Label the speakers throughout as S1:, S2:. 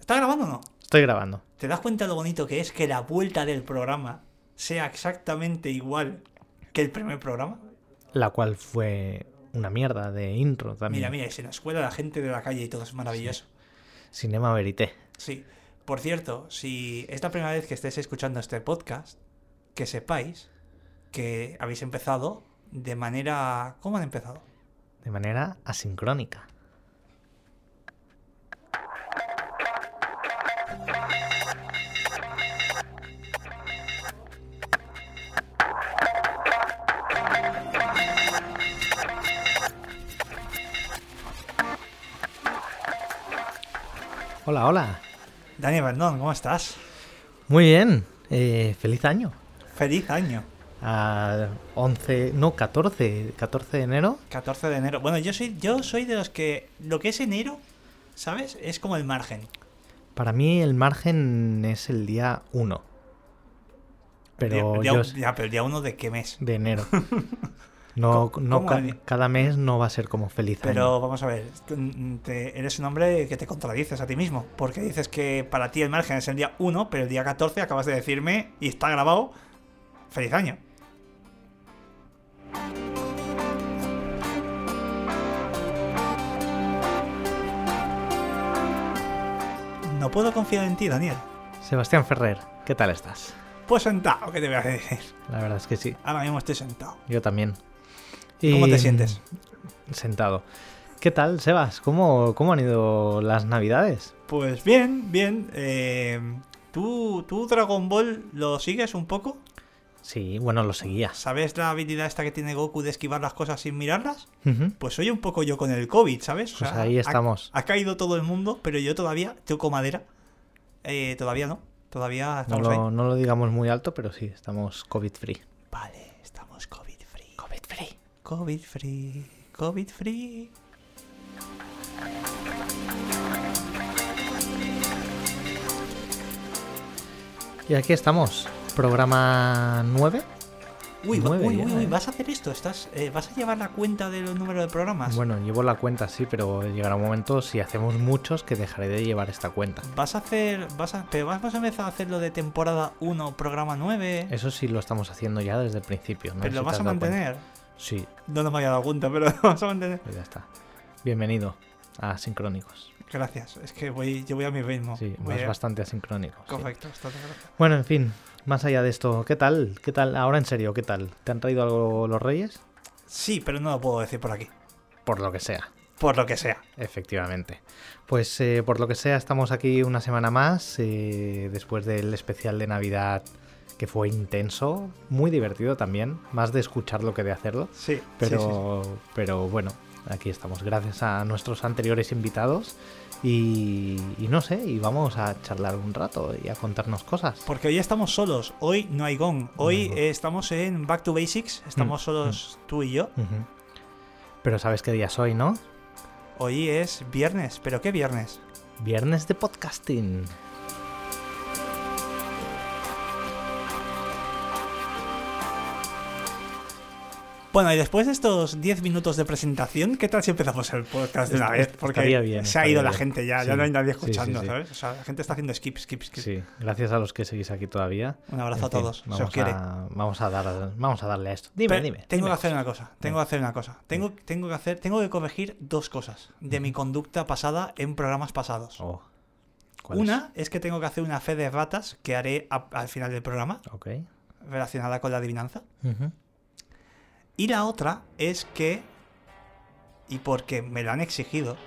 S1: ¿Está grabando o no?
S2: Estoy grabando.
S1: ¿Te das cuenta lo bonito que es que la vuelta del programa sea exactamente igual que el primer programa?
S2: La cual fue una mierda de intro también.
S1: Mira, mira, es en la escuela la gente de la calle y todo es maravilloso.
S2: Cinema Verité.
S1: Sí. Por cierto, si es la primera vez que estés escuchando este podcast, que sepáis que habéis empezado de manera... ¿Cómo han empezado?
S2: De manera asincrónica. Hola, hola.
S1: Dani Bernón, ¿cómo estás?
S2: Muy bien. Eh, feliz año.
S1: Feliz año.
S2: A 11, no, 14, 14 de enero.
S1: 14 de enero. Bueno, yo soy, yo soy de los que... Lo que es enero, ¿sabes? Es como el margen.
S2: Para mí el margen es el día 1. Pero
S1: Día-
S2: yo
S1: día-
S2: s-
S1: ya, pero el día uno de qué mes.
S2: de enero. No,
S1: ¿Cómo-
S2: no
S1: cómo
S2: ca-
S1: el-
S2: cada mes no va a ser como feliz año.
S1: Pero vamos a ver, mm, te- eres un hombre que te contradices a ti mismo, porque dices que para ti el margen es el día 1, pero el día 14 acabas de decirme, y está grabado, feliz año. No puedo confiar en ti, Daniel.
S2: Sebastián Ferrer, ¿qué tal estás?
S1: Pues sentado, ¿qué te voy a decir?
S2: La verdad es que sí,
S1: Ahora mismo estoy sentado.
S2: yo también.
S1: ¿Cómo
S2: Y-
S1: te sientes?
S2: Sentado. ¿Qué tal, Sebas? ¿Cómo, cómo han ido las navidades?
S1: Pues bien, bien. eh, ¿tú, ¿Tú Dragon Ball lo sigues un poco?
S2: Sí, bueno, lo seguías.
S1: ¿Sabes la habilidad esta que tiene Goku de esquivar las cosas sin mirarlas?
S2: Ujú.
S1: Pues soy un poco yo con el COVID, ¿sabes? O
S2: Pues
S1: sea,
S2: ahí
S1: ha-
S2: estamos.
S1: Ha, caído todo el mundo, pero yo todavía toco madera. Eh, todavía no. Todavía
S2: No
S1: estamos
S2: lo,
S1: ahí.
S2: no lo digamos muy alto, pero sí, estamos COVID-free.
S1: Vale, estamos COVID free. COVID free. COVID free. COVID free.
S2: Y aquí estamos, programa 9.
S1: Uy, va-
S2: Nueve
S1: uy,
S2: ya,
S1: uy, uy,
S2: eh.
S1: vas a hacer esto. Estás, eh, vas a llevar la cuenta de los números de programas.
S2: Bueno, llevo la cuenta, sí, pero llegará un momento, si hacemos muchos, que dejaré de llevar esta cuenta.
S1: Vas a hacer. Vas a, pero vas a empezar a hacerlo de temporada 1, programa 9.
S2: Eso sí lo estamos haciendo ya desde el principio. ¿no?
S1: pero
S2: Si
S1: lo
S2: te
S1: vas
S2: has
S1: a
S2: dado cuenta.
S1: mantener.
S2: Sí,
S1: No nos me había dado cuenta, pero lo vas a mantener.
S2: pues ya está. Bienvenido a Asincrónicos.
S1: Gracias, es que voy, yo voy a mi ritmo.
S2: Sí,
S1: Voy
S2: vas
S1: a-
S2: bastante asincrónico. sí.
S1: Correcto, está todo correcto.
S2: Bueno, en fin, más allá de esto, ¿qué tal? ¿Qué tal? Ahora en serio, ¿qué tal? ¿Te han traído algo los reyes?
S1: Sí, pero no lo puedo decir por aquí.
S2: Por lo que sea.
S1: Por lo que sea.
S2: Efectivamente. Pues eh, por lo que sea, estamos aquí una semana más, eh, después del especial de Navidad que fue intenso, muy divertido también, más de escucharlo que de hacerlo.
S1: Sí, sí,
S2: Pero, pero bueno, aquí estamos, gracias a nuestros anteriores invitados y, y no sé, y vamos a charlar un rato y a contarnos cosas.
S1: sí. Porque hoy estamos solos, hoy no hay gong. Hoy
S2: No hay gong.
S1: eh, estamos en Back to Basics, estamos
S2: Mm,
S1: solos tú y yo.
S2: Ujú. Pero sabes qué día soy, ¿no?
S1: Hoy es viernes, pero ¿qué viernes?
S2: Viernes de podcasting.
S1: Bueno, y después de estos 10 minutos de presentación, ¿qué tal si empezamos el podcast de una vez? Porque
S2: Estaría bien,
S1: se ha
S2: estaría
S1: ido la
S2: bien.
S1: gente ya, ya
S2: Sí,
S1: no hay nadie
S2: sí, sí,
S1: escuchando,
S2: sí.
S1: ¿sabes? O sea, la gente está haciendo skip, skip, skip.
S2: Sí, gracias a los que seguís aquí todavía.
S1: Un abrazo
S2: En
S1: a
S2: fin,
S1: todos, se os
S2: vamos
S1: quiere.
S2: a- vamos, a dar, vamos a darle a esto. Dime,
S1: Pero
S2: dime.
S1: Tengo
S2: dime
S1: que hacer
S2: cosas.
S1: una cosa. Tengo que hacer una cosa. Tengo, tengo que hacer, tengo que corregir dos cosas de mi conducta pasada en programas pasados.
S2: Oh, ¿cuál es?
S1: Una es? que tengo que hacer una fe de ratas que haré a- al final del programa
S2: Ok.
S1: relacionada con la adivinanza.
S2: Ujú.
S1: Y la otra es que y porque me lo han exigido.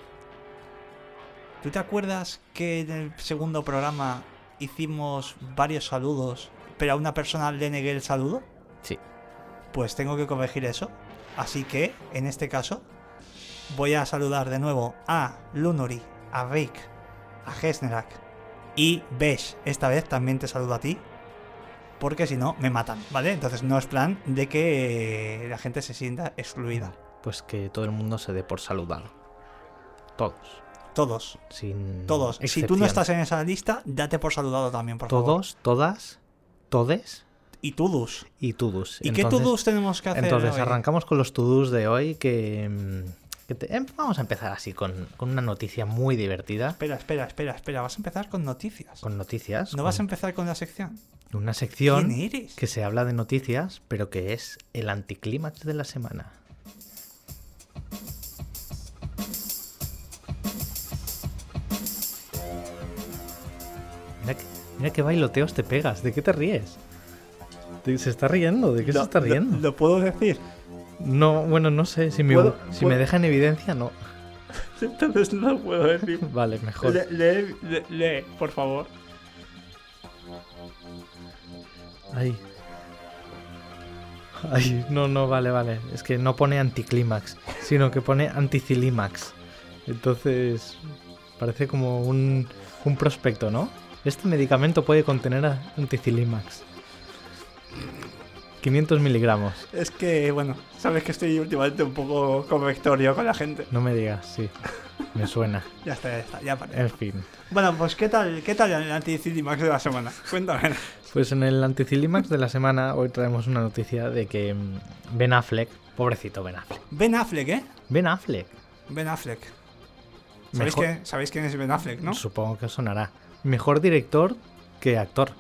S1: ¿Tú te acuerdas que en el segundo programa hicimos varios saludos, pero a una persona le negué el saludo?
S2: Sí.
S1: Pues tengo que corregir eso. Así que, en este caso, voy a saludar de nuevo a Lunori, a Rick, a Gesnerak y Besh. Esta vez también te saludo a ti. Porque si no, me matan, ¿vale? Entonces no es plan de que eh, la gente se sienta excluida.
S2: Pues que todo el mundo se dé por saludar. Todos.
S1: Todos,
S2: Sin
S1: todos. Si tú no
S2: excepción.
S1: estás en esa lista, date por saludado también, por favor.
S2: Todos, todas, todes
S1: Y tudus.
S2: y todos.
S1: ¿Y qué tudus tenemos que hacer?
S2: Entonces
S1: hoy?
S2: arrancamos con los to-dos de hoy que, mm, que te- em, vamos a empezar así con, con una noticia muy divertida.
S1: Espera, espera, espera, espera. Vas a empezar con noticias.
S2: Con noticias.
S1: No
S2: con
S1: vas a empezar con la sección.
S2: una sección
S1: ¿Quién eres?
S2: que se habla de noticias, pero que es el anticlímax de la semana. Mira que, mira qué bailoteos te pegas, ¿de qué te ríes? Te- Se está riendo, ¿de qué
S1: Lo-
S2: se está
S1: lo-
S2: riendo?
S1: Lo, puedo decir.
S2: No, bueno, no sé, si me,
S1: ¿Puedo-
S2: si
S1: puedo?
S2: me deja en evidencia, no.
S1: Entonces no lo puedo decir.
S2: Vale, mejor.
S1: Le- Lee, le- lee, por favor.
S2: Ay. Ay, no, no, vale, vale. Es que no pone anticlímax, sino que pone anticilímax. Entonces, parece como un, un prospecto, ¿no? Este medicamento puede contener a- anticilímax. 500 miligramos,
S1: Es que, bueno, sabes que estoy últimamente un poco correctorio con la gente.
S2: no me digas, sí. Me suena.
S1: Ya está, ya está, ya paré.
S2: En fin.
S1: Bueno, pues ¿qué tal, qué tal el anticlimax de la semana? Cuéntame.
S2: Pues en el anticilímax de la semana, hoy traemos una noticia de que mm, Ben Affleck, pobrecito Ben Affleck.
S1: Ben Affleck, ¿eh?
S2: Ben Affleck,
S1: Ben Affleck. ¿Sabéis,
S2: Mejor-
S1: quién, sabéis quién es Ben Affleck, no?
S2: Supongo que os sonará. Mejor director que actor.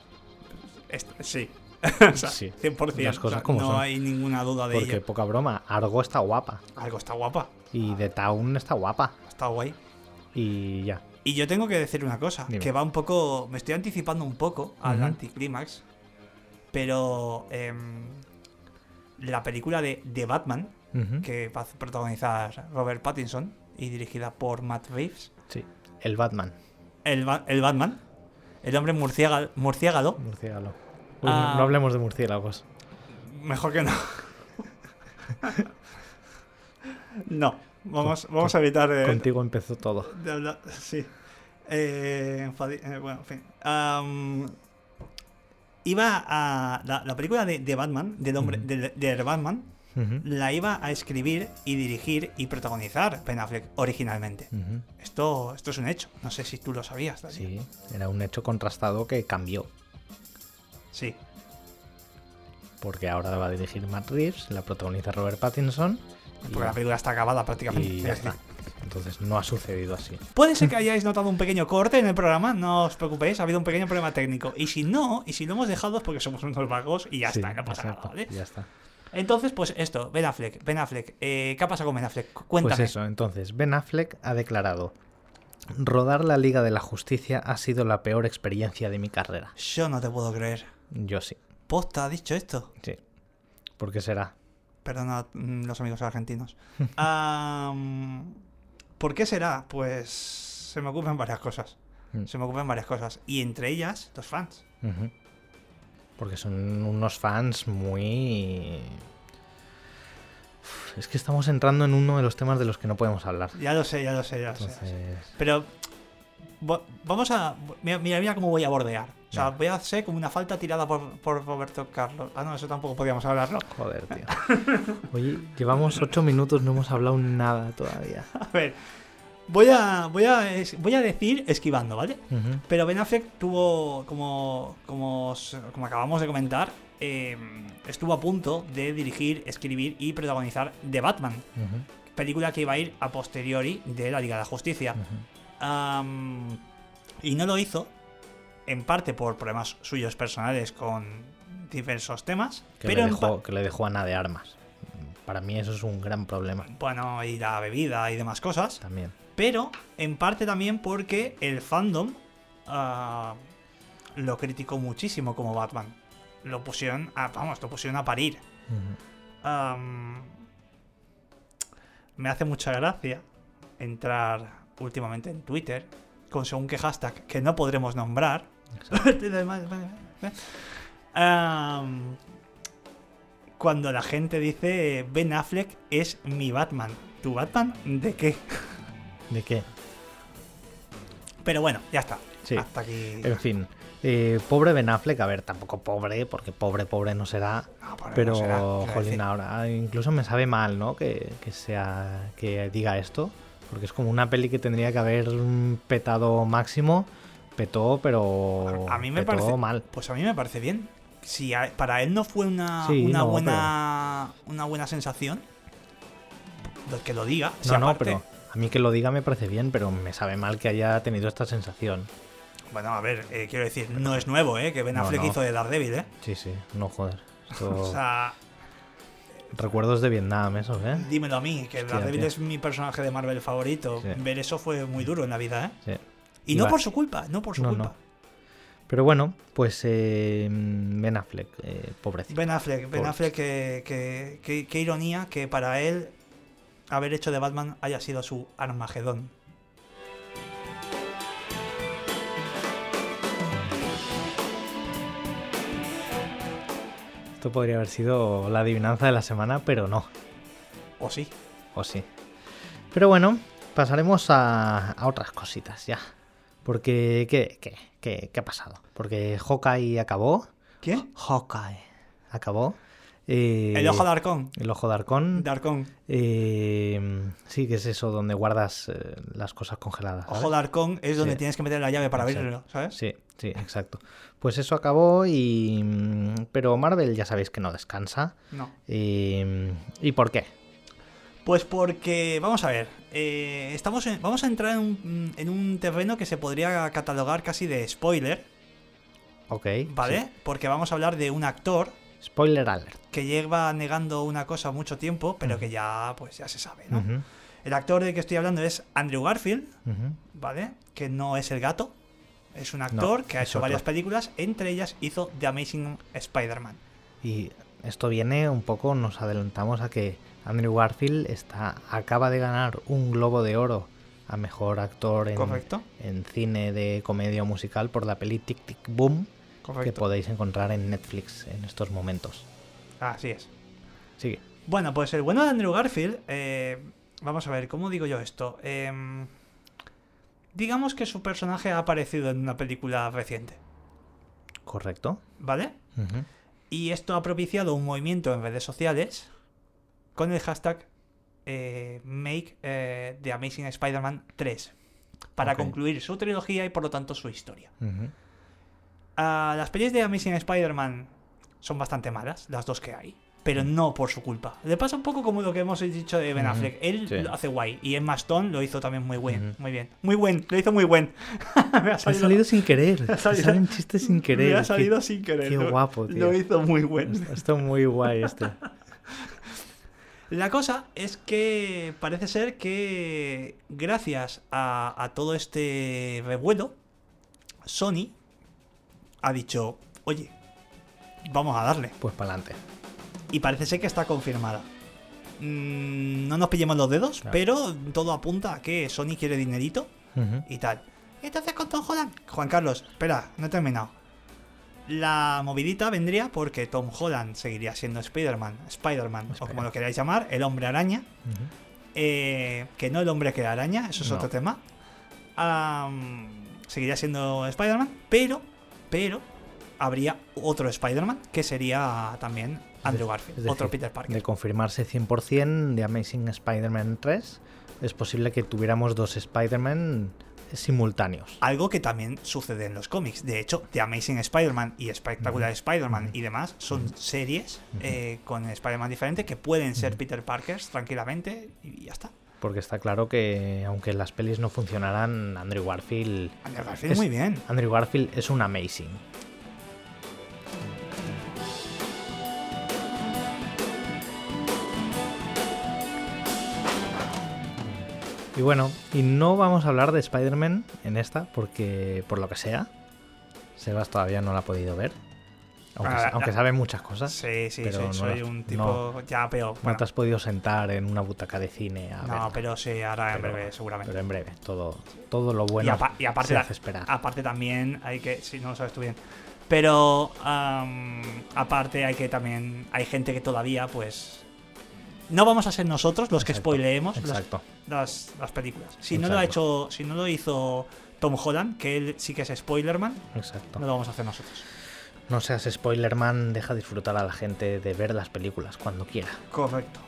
S1: Este- sí. O sea,
S2: Sí.
S1: 100%.
S2: Las cosas
S1: O sea,
S2: como
S1: no
S2: son.
S1: hay ninguna duda de
S2: Porque
S1: ello.
S2: poca broma, Argo está guapa.
S1: Algo está guapa,
S2: Y The Town está guapa.
S1: está guay.
S2: Y ya.
S1: Y yo tengo que decir una cosa,
S2: Dime.
S1: que va un poco. Me estoy anticipando un poco al
S2: Ujú.
S1: anticlímax. Pero. em, la película de The Batman,
S2: Ujú.
S1: que va a protagonizar Robert Pattinson y dirigida por Matt Reeves.
S2: Sí. El Batman.
S1: El, Ba- el Batman, el hombre murciégal- murciélago,
S2: Murciélago. Uy,
S1: Ah.
S2: No hablemos de murciélagos.
S1: mejor que no. no, vamos, vamos a evitar. eh,
S2: Contigo empezó todo.
S1: de hablar- sí. Eh, enfadi- eh, bueno, en fin. Am, iba a. La, la película de, de Batman, del hombre.
S2: Ujú.
S1: del- del Batman,
S2: Ujú.
S1: la iba a escribir y dirigir y protagonizar Ben Affleck originalmente.
S2: Ujú.
S1: Esto, esto es un hecho. No sé si tú lo sabías. Dani.
S2: Sí. Era un hecho contrastado que cambió.
S1: Sí.
S2: Porque ahora va a dirigir Matt Reeves, la protagoniza Robert Pattinson. y-
S1: Porque la película está acabada prácticamente.
S2: y ya está. Entonces no ha sucedido así.
S1: Puede ser que hayáis notado un pequeño corte en el programa, no os preocupéis, ha habido un pequeño problema técnico. Y si no, y si lo hemos dejado es porque somos unos vagos y ya
S2: Sí,
S1: está, no pasa nada,
S2: exacto,
S1: ¿vale?
S2: Ya está.
S1: Entonces, pues esto, Ben Affleck, Ben Affleck, eh, ¿qué ha pasado con Ben Affleck? Cuéntame.
S2: Pues eso, entonces, Ben Affleck ha declarado: Rodar la Liga de la Justicia ha sido la peor experiencia de mi carrera.
S1: Yo no te puedo creer.
S2: Yo sí,
S1: Posta ha dicho esto.
S2: sí. ¿Por qué será?
S1: Perdona mm, los amigos argentinos. Am, ¿Por qué será? Pues se me ocupan varias cosas.
S2: Mm.
S1: Se me ocupan varias cosas. Y entre ellas, los fans.
S2: Ujú. Porque son unos fans muy. Uf, Es que estamos entrando en uno de los temas de los que no podemos hablar.
S1: Ya lo sé, ya lo sé, ya lo sé, ya lo sé.
S2: Entonces,
S1: Pero bo- vamos a. Mira, mira, mira cómo voy a bordear. O sea, voy a hacer como una falta tirada por, por Roberto Carlos. Ah, no, eso tampoco podíamos hablarlo.
S2: joder, tío. Oye, llevamos ocho minutos, no hemos hablado nada todavía.
S1: A ver. Voy a, voy a, es- voy a decir esquivando, ¿vale?
S2: Ujú.
S1: Pero Ben Affleck tuvo, como, como, s- como acabamos de comentar, eh, estuvo a punto de dirigir, escribir y protagonizar The Batman,
S2: Ujú.
S1: película que iba a ir a posteriori de la Liga de la Justicia.
S2: Ujú.
S1: Am, y no lo hizo, en parte por problemas suyos personales con diversos temas,
S2: Que,
S1: pero
S2: le
S1: en
S2: dejó, que le dejó a Ana de Armas. Para mí eso es un gran problema.
S1: pa- bueno, y la bebida y demás cosas,
S2: También.
S1: pero en parte también porque el fandom ah, lo criticó muchísimo como Batman. Lo pusieron a, vamos, lo pusieron a parir. Am, me hace mucha gracia entrar últimamente en Twitter con según qué hashtag que no podremos nombrar. Am, cuando la gente dice Ben Affleck es mi Batman. ¿Tu Batman de qué?
S2: ¿De qué?
S1: Pero bueno, ya está.
S2: Sí.
S1: Hasta aquí.
S2: En fin. eh, pobre Ben Affleck, a ver, tampoco pobre, porque pobre, pobre no será.
S1: No, Ah, por ahí no
S2: Pero,
S1: será, quiero
S2: jolín,
S1: decir.
S2: ahora incluso me sabe mal, ¿no? Que, que sea que diga esto, porque es como una peli que tendría que haber mm, petado máximo, petó, pero
S1: A- a mí me
S2: petó
S1: parece-
S2: mal.
S1: Pues a mí me parece bien. Si a- para él no fue una,
S2: Sí,
S1: una
S2: no,
S1: buena una buena sensación, lo que lo diga. si
S2: No, no,
S1: aparte-
S2: pero a mí que lo diga me parece bien, pero me sabe mal que haya tenido esta sensación.
S1: Bueno, a ver, eh, quiero decir, no es nuevo, ¿eh? Que Ben
S2: No, Oh.
S1: Affleck
S2: no.
S1: hizo de Daredevil, ¿eh?
S2: Sí, sí, no joder. Esto-
S1: O sea,
S2: Recuerdos de Vietnam, eso, ¿eh?
S1: dímelo a mí, que
S2: Hostia,
S1: Daredevil
S2: tío.
S1: es mi personaje de Marvel favorito.
S2: Sí.
S1: Ver eso fue muy duro en la vida, ¿eh?
S2: Sí.
S1: Y
S2: Iba-
S1: no por su culpa, no por su
S2: No,
S1: culpa.
S2: Pero bueno, pues eh, Ben Affleck, eh, pobrecito.
S1: Ben Affleck, Ben
S2: Pobre.
S1: Affleck, que, que- que- qué ironía que para él haber hecho de Batman haya sido su Armagedón.
S2: Esto podría haber sido la adivinanza de la semana, pero no,
S1: O sí.
S2: o sí. Pero bueno, pasaremos a, a otras cositas ya. Porque, ¿qué, qué, qué, qué ha pasado? Porque Hawkeye acabó.
S1: ¿Quién?
S2: Hawkeye acabó. eh,
S1: El ojo de Arcón.
S2: el ojo de Arcón.
S1: De Arcón.
S2: eh, sí, que es eso donde guardas eh, las cosas congeladas. ¿sabes?
S1: Ojo de Arcón es donde
S2: Sí.
S1: tienes que meter la llave para
S2: Exacto.
S1: abrirlo, ¿sabes?
S2: Sí, sí, exacto. Pues eso acabó y... mm, Pero Marvel ya sabéis que no descansa.
S1: No.
S2: ¿Y, mm, ¿y por qué?
S1: Pues porque, vamos a ver, eh, estamos en- vamos a entrar en un, mm, en un terreno que se podría catalogar casi de spoiler,
S2: Ok.
S1: ¿vale? Porque vamos a hablar de un actor
S2: sí. Spoiler alert.
S1: que lleva negando una cosa mucho tiempo, pero que ya, pues ya se sabe, ¿no?
S2: Ujú,
S1: El actor del que estoy hablando es Andrew Garfield,
S2: ujú.
S1: ¿vale? Que no es el gato, es un actor
S2: No,
S1: que ha
S2: es
S1: hecho
S2: otro.
S1: varias películas, entre ellas hizo The Amazing Spider-Man.
S2: Y esto viene un poco, nos adelantamos a que Andrew Garfield está, acaba de ganar un globo de oro a mejor actor en,
S1: Correcto,
S2: en cine de comedia o musical por la peli Tic Tic Boom que
S1: correcto.
S2: podéis encontrar en Netflix en estos momentos.
S1: Así es.
S2: Sigue.
S1: Bueno, pues el bueno de Andrew Garfield, eh, vamos a ver, ¿cómo digo yo esto? Em, digamos que su personaje ha aparecido en una película reciente,
S2: Correcto.
S1: ¿vale?
S2: Ujú.
S1: Y esto ha propiciado un movimiento en redes sociales con el hashtag eh, Make eh, The Amazing Spider-Man 3 para
S2: Ok.
S1: concluir su trilogía y por lo tanto su historia.
S2: Ujú.
S1: Ah, las pelis de Amazing Spider-Man son bastante malas, las dos que hay, pero no por su culpa. Le pasa un poco como lo que hemos dicho de Ben
S2: Mm. Ujú,
S1: Affleck. Él
S2: sí.
S1: lo hace guay y Emma Stone lo hizo también muy bien,
S2: Ujú.
S1: muy bien, muy buen, lo hizo muy buen. me ha
S2: Te ha
S1: salido,
S2: salido sin querer. Te
S1: salido-
S2: salen chistes sin
S1: me ha
S2: querer. Qué-
S1: salido sin querer.
S2: qué
S1: lo-
S2: guapo, tío.
S1: Lo hizo muy buen.
S2: Está- Está muy guay este.
S1: La cosa es que parece ser que gracias a, a todo este revuelo, Sony ha dicho, oye, vamos a darle.
S2: Pues para adelante.
S1: Y parece ser que está confirmada. Mm, no nos pillemos los dedos,
S2: Claro.
S1: pero todo apunta a que Sony quiere dinerito y tal. Y entonces con Tom Holland. Juan Carlos, espera, no he terminado. La movidita vendría porque Tom Holland seguiría siendo Spider-Man, Spider-Man, o como
S2: Spider-Man.
S1: lo queráis llamar, el hombre araña. Eh, que no el hombre que araña, eso es
S2: No.
S1: otro tema. Am, seguiría siendo Spider-Man, pero, pero habría otro Spider-Man que sería también Andrew Garfield,
S2: Es decir,
S1: otro Peter Parker.
S2: De confirmarse 100% de Amazing Spider-Man 3, es posible que tuviéramos dos Spider-Man simultáneos.
S1: Algo que también sucede en los cómics. De hecho, The Amazing Spider-Man y Spectacular Spider-Man y demás son series eh, con Spider-Man diferente que pueden ser Peter Parkers tranquilamente y ya está.
S2: Porque está claro que, aunque las pelis no funcionaran, Andrew Garfield.
S1: Andrew Garfield,
S2: es-
S1: muy bien.
S2: Andrew Garfield es un Amazing. Y bueno, y no vamos a hablar de Spider-Man en esta, porque por lo que sea, Sebas todavía no la ha podido ver. Aunque,
S1: Ah,
S2: aunque
S1: ah.
S2: sabe muchas cosas.
S1: Sí, sí,
S2: pero
S1: soy,
S2: no
S1: soy
S2: las-
S1: un
S2: no-
S1: tipo ya peor.
S2: No te has podido sentar en una butaca de cine a
S1: no,
S2: verla,
S1: pero se hará en
S2: pero-
S1: breve, seguramente.
S2: pero en breve, todo, todo lo bueno
S1: y, apa- y aparte,
S2: se
S1: la-
S2: hace esperar.
S1: aparte también hay que, si no lo sabes tú bien, pero am, aparte hay que también, hay gente que todavía pues... No vamos a ser nosotros los que
S2: Exacto,
S1: spoileemos las,
S2: Exacto.
S1: las- las películas. Si no, lo ha
S2: Exacto.
S1: hecho, si no lo hizo Tom Holland, que él sí que es Spoilerman,
S2: Exacto.
S1: no lo vamos a hacer nosotros.
S2: No seas spoiler man, deja disfrutar a la gente de ver las películas cuando quiera.
S1: Correcto.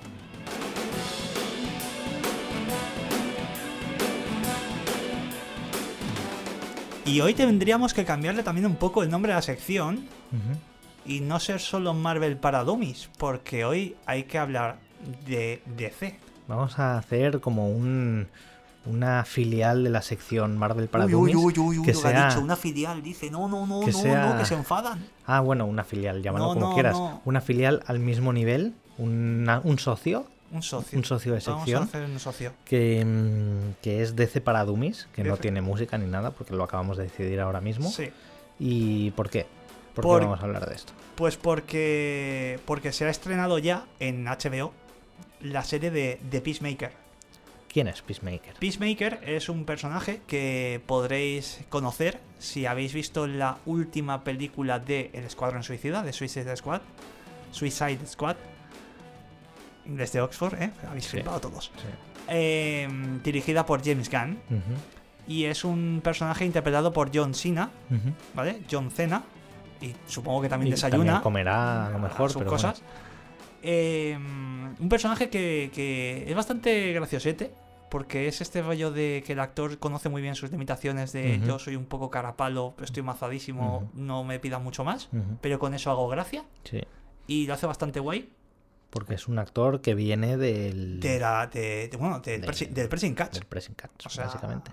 S1: Y hoy tendríamos que cambiarle también un poco el nombre a la sección y no ser solo Marvel para Dummies, porque hoy hay que hablar de DC.
S2: Vamos a hacer como un, una filial de la sección Marvel para
S1: uy, uy,
S2: Dummies.
S1: uy, uy, uy,
S2: que
S1: lo
S2: sea-
S1: ha dicho, una filial, dice, no, no, no,
S2: que
S1: no,
S2: sea-
S1: no, que se enfadan.
S2: Ah, bueno, una filial, llámalo
S1: No,
S2: como
S1: no,
S2: quieras.
S1: no.
S2: Una filial al mismo nivel, una- un socio,
S1: Un socio.
S2: un socio de
S1: Vamos a
S2: sección,
S1: hacer un socio.
S2: que, mm, que es DC para Dummies, que no
S1: DC.
S2: tiene música ni nada, porque lo acabamos de decidir ahora mismo.
S1: Sí.
S2: ¿Y por qué? ¿Por,
S1: Por-
S2: qué vamos a hablar de esto?
S1: Pues porque, porque se ha estrenado ya en HBO la serie de, de Peacemaker.
S2: ¿Quién es Peacemaker?
S1: Peacemaker es un personaje que podréis conocer si habéis visto la última película de El Escuadrón Suicida, de Suicide Squad. Suicide Squad. Desde Oxford, ¿eh? Habéis
S2: Sí.
S1: flipado todos.
S2: Sí.
S1: Eh, dirigida por James Gunn.
S2: Ujú,
S1: Y es un personaje interpretado por John Cena,
S2: ujú.
S1: ¿vale? John Cena. Y supongo que también
S2: Y
S1: desayuna.
S2: comerá a lo mejor,
S1: sus
S2: pero bueno.
S1: cosas. Eh, un personaje que, que es bastante graciosete, porque es este rollo de que el actor conoce muy bien sus limitaciones de
S2: Ujú.
S1: yo soy un poco carapalo, estoy mazadísimo,
S2: Ujú.
S1: no me pida mucho más,
S2: Ujú,
S1: pero con eso hago gracia
S2: Sí,
S1: y lo hace bastante guay.
S2: porque es un actor que viene del,
S1: De la, de, de- bueno, del,
S2: Del-
S1: presi- del pressing catch.
S2: del pressing catch,
S1: O sea,
S2: básicamente.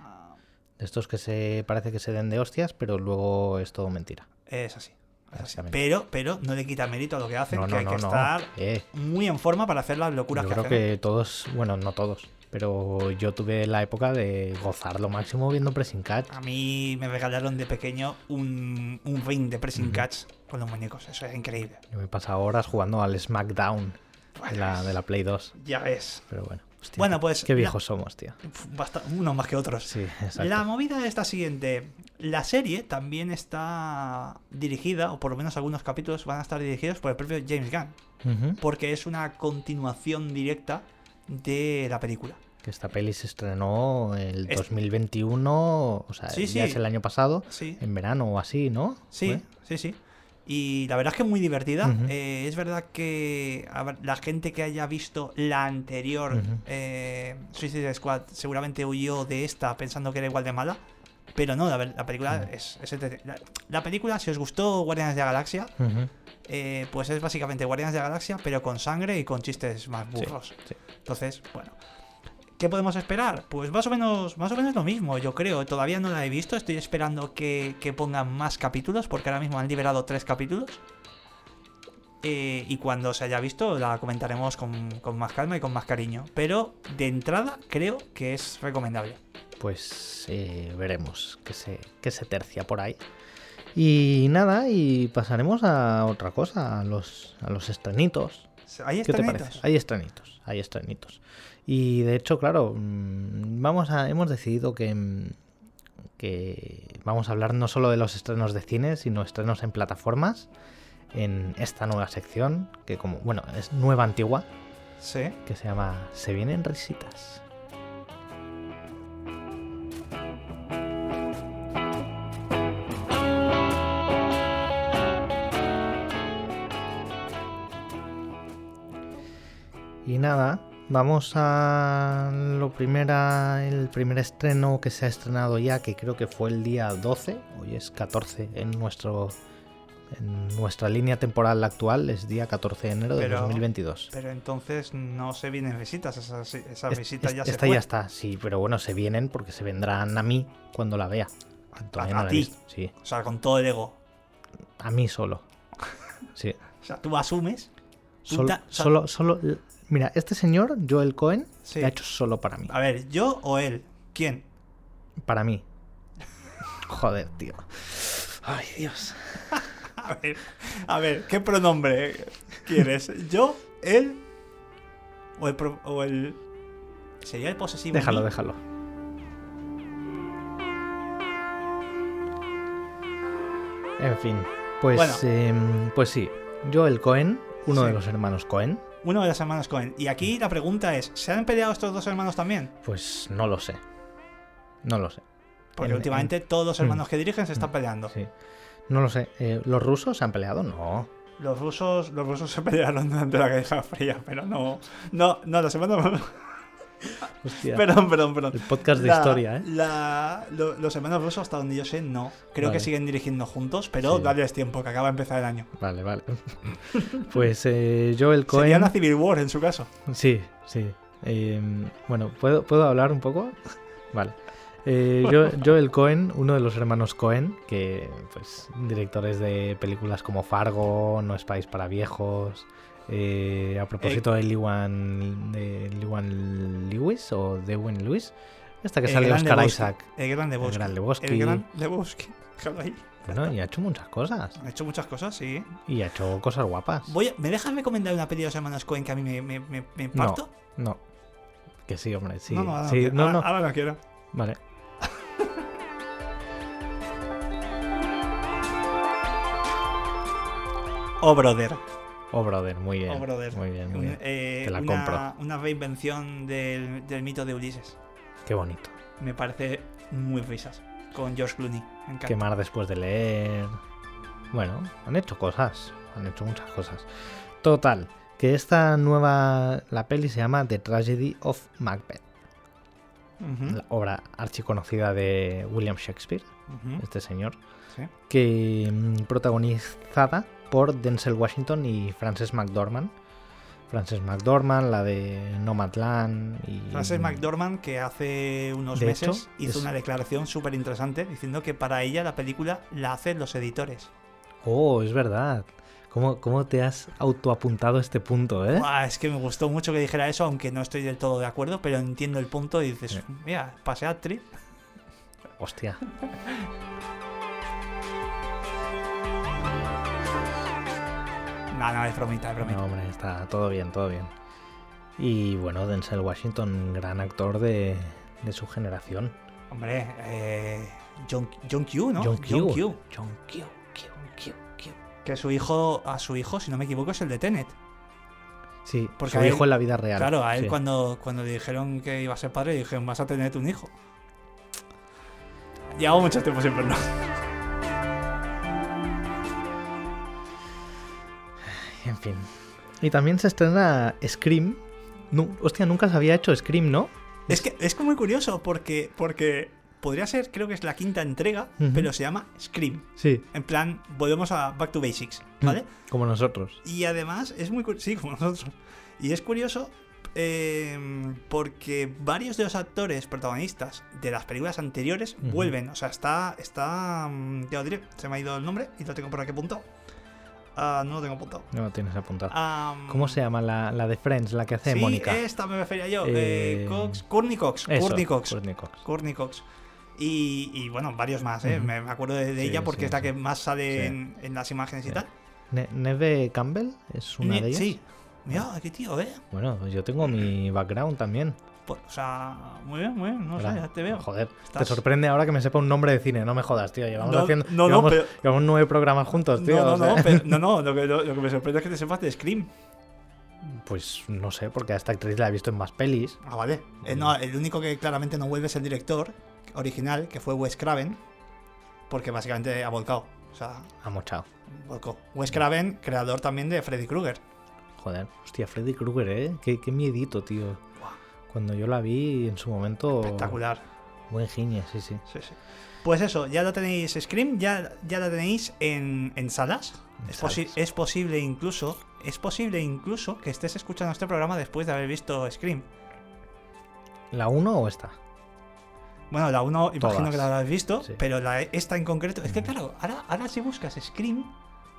S2: De estos que se parece que se den de hostias, pero luego es todo mentira.
S1: es así. es así.
S2: Básicamente.
S1: Pero, pero no le quita mérito a lo que hacen, que hay que estar
S2: Eh,
S1: muy en forma para hacer las locuras
S2: yo
S1: que
S2: creo
S1: hacen.
S2: que todos, bueno, no todos, pero yo tuve la época de gozar lo máximo viendo pressing catch.
S1: A mí me regalaron de pequeño un, un ring de pressing
S2: Ujú.
S1: catch con los muñecos. Eso es increíble.
S2: Yo me pasaba horas jugando al SmackDown de Pues la, de la Play 2,
S1: Ya ves.
S2: pero bueno. hostia,
S1: Bueno,
S2: qué-
S1: pues,
S2: Qué
S1: la-
S2: viejos somos, tío.
S1: Uf, basta- unos más que otros.
S2: Sí, exacto.
S1: la movida es la siguiente. La serie también está dirigida, o por lo menos algunos capítulos van a estar dirigidos por el propio James Gunn,
S2: Ujú,
S1: porque es una continuación directa de la película.
S2: Que esta peli se estrenó el
S1: Es-
S2: 2021, o sea,
S1: Sí,
S2: ya
S1: sí.
S2: es el año pasado,
S1: Sí.
S2: en verano o así, ¿no?
S1: Sí,
S2: ¿Fue?
S1: sí, sí. Y la verdad es que es muy divertida.
S2: Ujú.
S1: Eh, es verdad que a ver, la gente que haya visto la anterior
S2: Ujú.
S1: eh, Suicide Squad seguramente huyó de esta pensando que era igual de mala. Pero no, la, ver- la película
S2: Ujú.
S1: es... es entrete- la, la película, si os gustó Guardianes de la Galaxia,
S2: Ujú,
S1: eh, pues es básicamente Guardianes de la Galaxia, pero con sangre y con chistes más
S2: sí,
S1: burros.
S2: sí.
S1: Entonces, bueno. ¿Qué podemos esperar? Pues más o menos, más o menos lo mismo, yo creo. Todavía no la he visto, estoy esperando que, que pongan más capítulos, porque ahora mismo han liberado tres capítulos. Eh, y cuando se haya visto la comentaremos con, con más calma y con más cariño. Pero de entrada creo que es recomendable.
S2: pues eh, veremos que se, que se tercia por ahí. Y nada, y pasaremos a otra cosa, a los, a los estrenitos.
S1: Ahí
S2: ¿Qué
S1: está.
S2: te parece? Hay estrenitos, hay estrenitos. Y de hecho, claro, mm, vamos a, hemos decidido que, mm, que vamos a hablar no solo de los estrenos de cine, sino estrenos en plataformas, en esta nueva sección, que como, bueno, es nueva antigua,
S1: Sí.
S2: que se llama Se vienen risitas. Y nada, vamos a lo primera, el primer estreno que se ha estrenado ya, que creo que fue el día 12, hoy es 14 en nuestro en nuestra línea temporal actual, es día 14 de enero de
S1: Pero-
S2: 2022.
S1: Pero entonces no se vienen visitas, esas, esas
S2: Es-
S1: visitas
S2: es-
S1: ya se
S2: esta
S1: fue.
S2: ya está, sí, pero bueno, se vienen porque se vendrán a mí cuando la vea.
S1: A,
S2: Todavía
S1: a
S2: no la he
S1: ti,
S2: visto, Sí,
S1: o sea, con todo el ego.
S2: a mí solo. Sí.
S1: O sea, tú asumes. Tú
S2: Solo,
S1: ta- o sea,
S2: solo, solo- Mira, este señor, Joel Cohen,
S1: Sí.
S2: lo ha hecho solo para mí.
S1: A ver, ¿yo o él? ¿Quién?
S2: Para mí. Joder, tío. Ay, Dios.
S1: A ver, a ver, ¿qué pronombre quieres? ¿Yo, él o el... pro- o el- ¿Sería el posesivo?
S2: Déjalo,
S1: mí?
S2: déjalo. En fin, pues,
S1: Bueno.
S2: em, pues sí. Joel Cohen, uno
S1: Sí.
S2: de los hermanos Cohen,
S1: Uno de los hermanos Cohen. Y aquí la pregunta es, ¿se han peleado estos dos hermanos también?
S2: pues no lo sé. No lo sé.
S1: Porque
S2: En- Mm.
S1: últimamente todos los hermanos que dirigen se están peleando.
S2: Sí. No lo sé. Eh, ¿Los rusos se han peleado? No.
S1: Los rusos, los rusos se pelearon durante la Guerra Fría, pero no... No, no, los hermanos...
S2: Hostia.
S1: perdón, perdón, perdón.
S2: El podcast de
S1: La-
S2: historia, ¿eh?
S1: la- lo- los hermanos rusos, hasta donde yo sé, no. Creo
S2: Vale.
S1: que siguen dirigiendo juntos, pero
S2: Sí.
S1: dales tiempo, que acaba de empezar el año.
S2: Vale, vale. Pues eh, Joel Cohen.
S1: Sería una Civil War en su caso.
S2: Sí, sí. Eh, bueno, ¿puedo, ¿puedo hablar un poco? Vale. Eh, Jo- Joel Cohen, uno de los hermanos Cohen, que pues directores de películas como Fargo, No es país para viejos, eh, a propósito de Lewan, de Lewan Lewis o Dewen Lewis, hasta que
S1: El
S2: sale
S1: gran
S2: Oscar
S1: Lebowski.
S2: Isaac.
S1: El Gran Lebowski.
S2: Gran Lebowski.
S1: El Gran Lebowski. Déjalo ahí.
S2: Bueno, y ha hecho muchas cosas.
S1: Ha hecho muchas cosas, sí.
S2: Y ha hecho cosas guapas.
S1: Voy a- ¿Me dejas recomendar una peli de los hermanos Cohen que a mí me, me, me, me
S2: No,
S1: parto?
S2: No. Que sí, hombre, sí.
S1: no, no, ahora
S2: sí,
S1: no, quiero.
S2: no,
S1: ahora-
S2: no.
S1: ahora no quiero.
S2: Vale.
S1: Oh, brother.
S2: Oh, brother, muy bien.
S1: Oh, brother.
S2: Muy bien, muy
S1: Un-
S2: bien.
S1: eh,
S2: Te la
S1: una,
S2: compro.
S1: una reinvención del, del mito de Ulises.
S2: Qué bonito.
S1: Me parece muy risas. Con George Clooney. Me encanta.
S2: Quemar después de leer. Bueno, han hecho cosas. Han hecho muchas cosas. Total, que esta nueva. La peli se llama The Tragedy of Macbeth.
S1: Ujú,
S2: La obra archiconocida de William Shakespeare,
S1: ujú,
S2: este señor.
S1: sí.
S2: que mm, protagonizada por Denzel Washington y Frances McDormand. Frances McDormand, la de Nomadland y...
S1: Frances McDormand, que hace unos
S2: Mm. De hecho,
S1: meses hizo
S2: es-
S1: una declaración súper interesante diciendo que para ella la película la hacen los editores.
S2: Oh, es verdad. ¿Cómo, cómo te has autoapuntado este punto, eh?
S1: Buah, es que me gustó mucho que dijera eso, aunque no estoy del todo de acuerdo, pero entiendo el punto y dices,
S2: Sí.
S1: mira, pasé a actriz.
S2: Hostia.
S1: No, no, es bromita, es bromita.
S2: No, hombre, está todo bien, todo bien. Y bueno, Denzel Washington, un gran actor de, de su generación.
S1: Hombre, eh, John, John Q, ¿no?
S2: John Q.
S1: Q.
S2: John Q, Q, Q, Q.
S1: Que su hijo, a su hijo, si no me equivoco, es el de Tenet.
S2: Sí,
S1: Porque
S2: su
S1: a él-
S2: hijo en la vida real.
S1: Claro, a él
S2: sí.
S1: cuando, cuando le dijeron que iba a ser padre, le dijeron, vas a tener un hijo. Llevamos mucho tiempo sin verlo.
S2: En fin. Y también se estrena Scream. Nu- hostia, nunca se había hecho Scream, ¿no?
S1: Es que es que muy curioso porque, porque podría ser, creo que es la quinta entrega,
S2: Ujú.
S1: pero se llama Scream.
S2: Sí.
S1: En plan, volvemos a Back to Basics,
S2: Mm.
S1: ¿vale?
S2: Como nosotros.
S1: Y además es muy curioso, sí, como nosotros. Y es curioso eh, porque varios de los actores protagonistas de las películas anteriores
S2: Ujú.
S1: vuelven. O sea, está, está, mm, ya lo diré, se me ha ido el nombre y lo tengo por aquí apuntado. Ah, no lo tengo apuntado.
S2: No lo tienes apuntado.
S1: Ah,
S2: ¿Cómo se llama la, la de Friends, la que hace
S1: Sí,
S2: Mónica?
S1: esta me refería yo.
S2: Eh,
S1: eh, Cox, Courtney Cox,
S2: Eso,
S1: Courtney Cox.
S2: Courtney Cox.
S1: Courtney Cox. Y, y, bueno, varios más, ¿eh?
S2: Ujú.
S1: me, me acuerdo de, de
S2: Sí,
S1: ella porque
S2: sí,
S1: es la
S2: sí.
S1: que más sale
S2: Sí.
S1: en, en las imágenes y
S2: Sí.
S1: tal.
S2: Ne- Neve Campbell es una
S1: Ni-
S2: de ellas.
S1: Sí, mira, qué tío, ¿eh?
S2: Bueno, yo tengo mi background también.
S1: Pues, o sea, muy bien, muy bien, no sé,
S2: Hola.
S1: ya te veo.
S2: Joder, te
S1: Estás-
S2: sorprende ahora que me sepa un nombre de cine. No me jodas, tío. Llevamos
S1: No,
S2: haciendo.
S1: no, no,
S2: llevamos,
S1: pero-
S2: llevamos nueve programas juntos, tío.
S1: no,
S2: o
S1: no, no,
S2: sea.
S1: pero- no, no, lo que, lo- lo que me sorprende es que te sepas de Scream.
S2: Pues no sé, porque a esta actriz la he visto en más pelis.
S1: Ah, vale. Eh, no, el único que claramente no vuelve es el director original, que fue Wes Craven, porque básicamente ha volcado. O sea,
S2: Ha mochado.
S1: volcó.
S2: Mm.
S1: Wes Craven, creador también de Freddy Krueger.
S2: Joder, hostia, Freddy Krueger, ¿eh? Qué, qué miedito, tío.
S1: Buah.
S2: Cuando yo la vi en su momento.
S1: Espectacular.
S2: Buen giñe, sí, sí.
S1: Sí, sí. Pues eso, ya la tenéis Scream, ya, ya la tenéis en, en salas.
S2: En
S1: Es, posi-
S2: salas.
S1: es posible incluso, es posible incluso que estés escuchando este programa después de haber visto Scream.
S2: ¿La 1 o esta?
S1: Bueno, la 1 imagino
S2: Todas.
S1: que la habrás visto,
S2: Sí.
S1: pero la, esta en concreto. Es que claro, ahora, ahora si buscas Scream,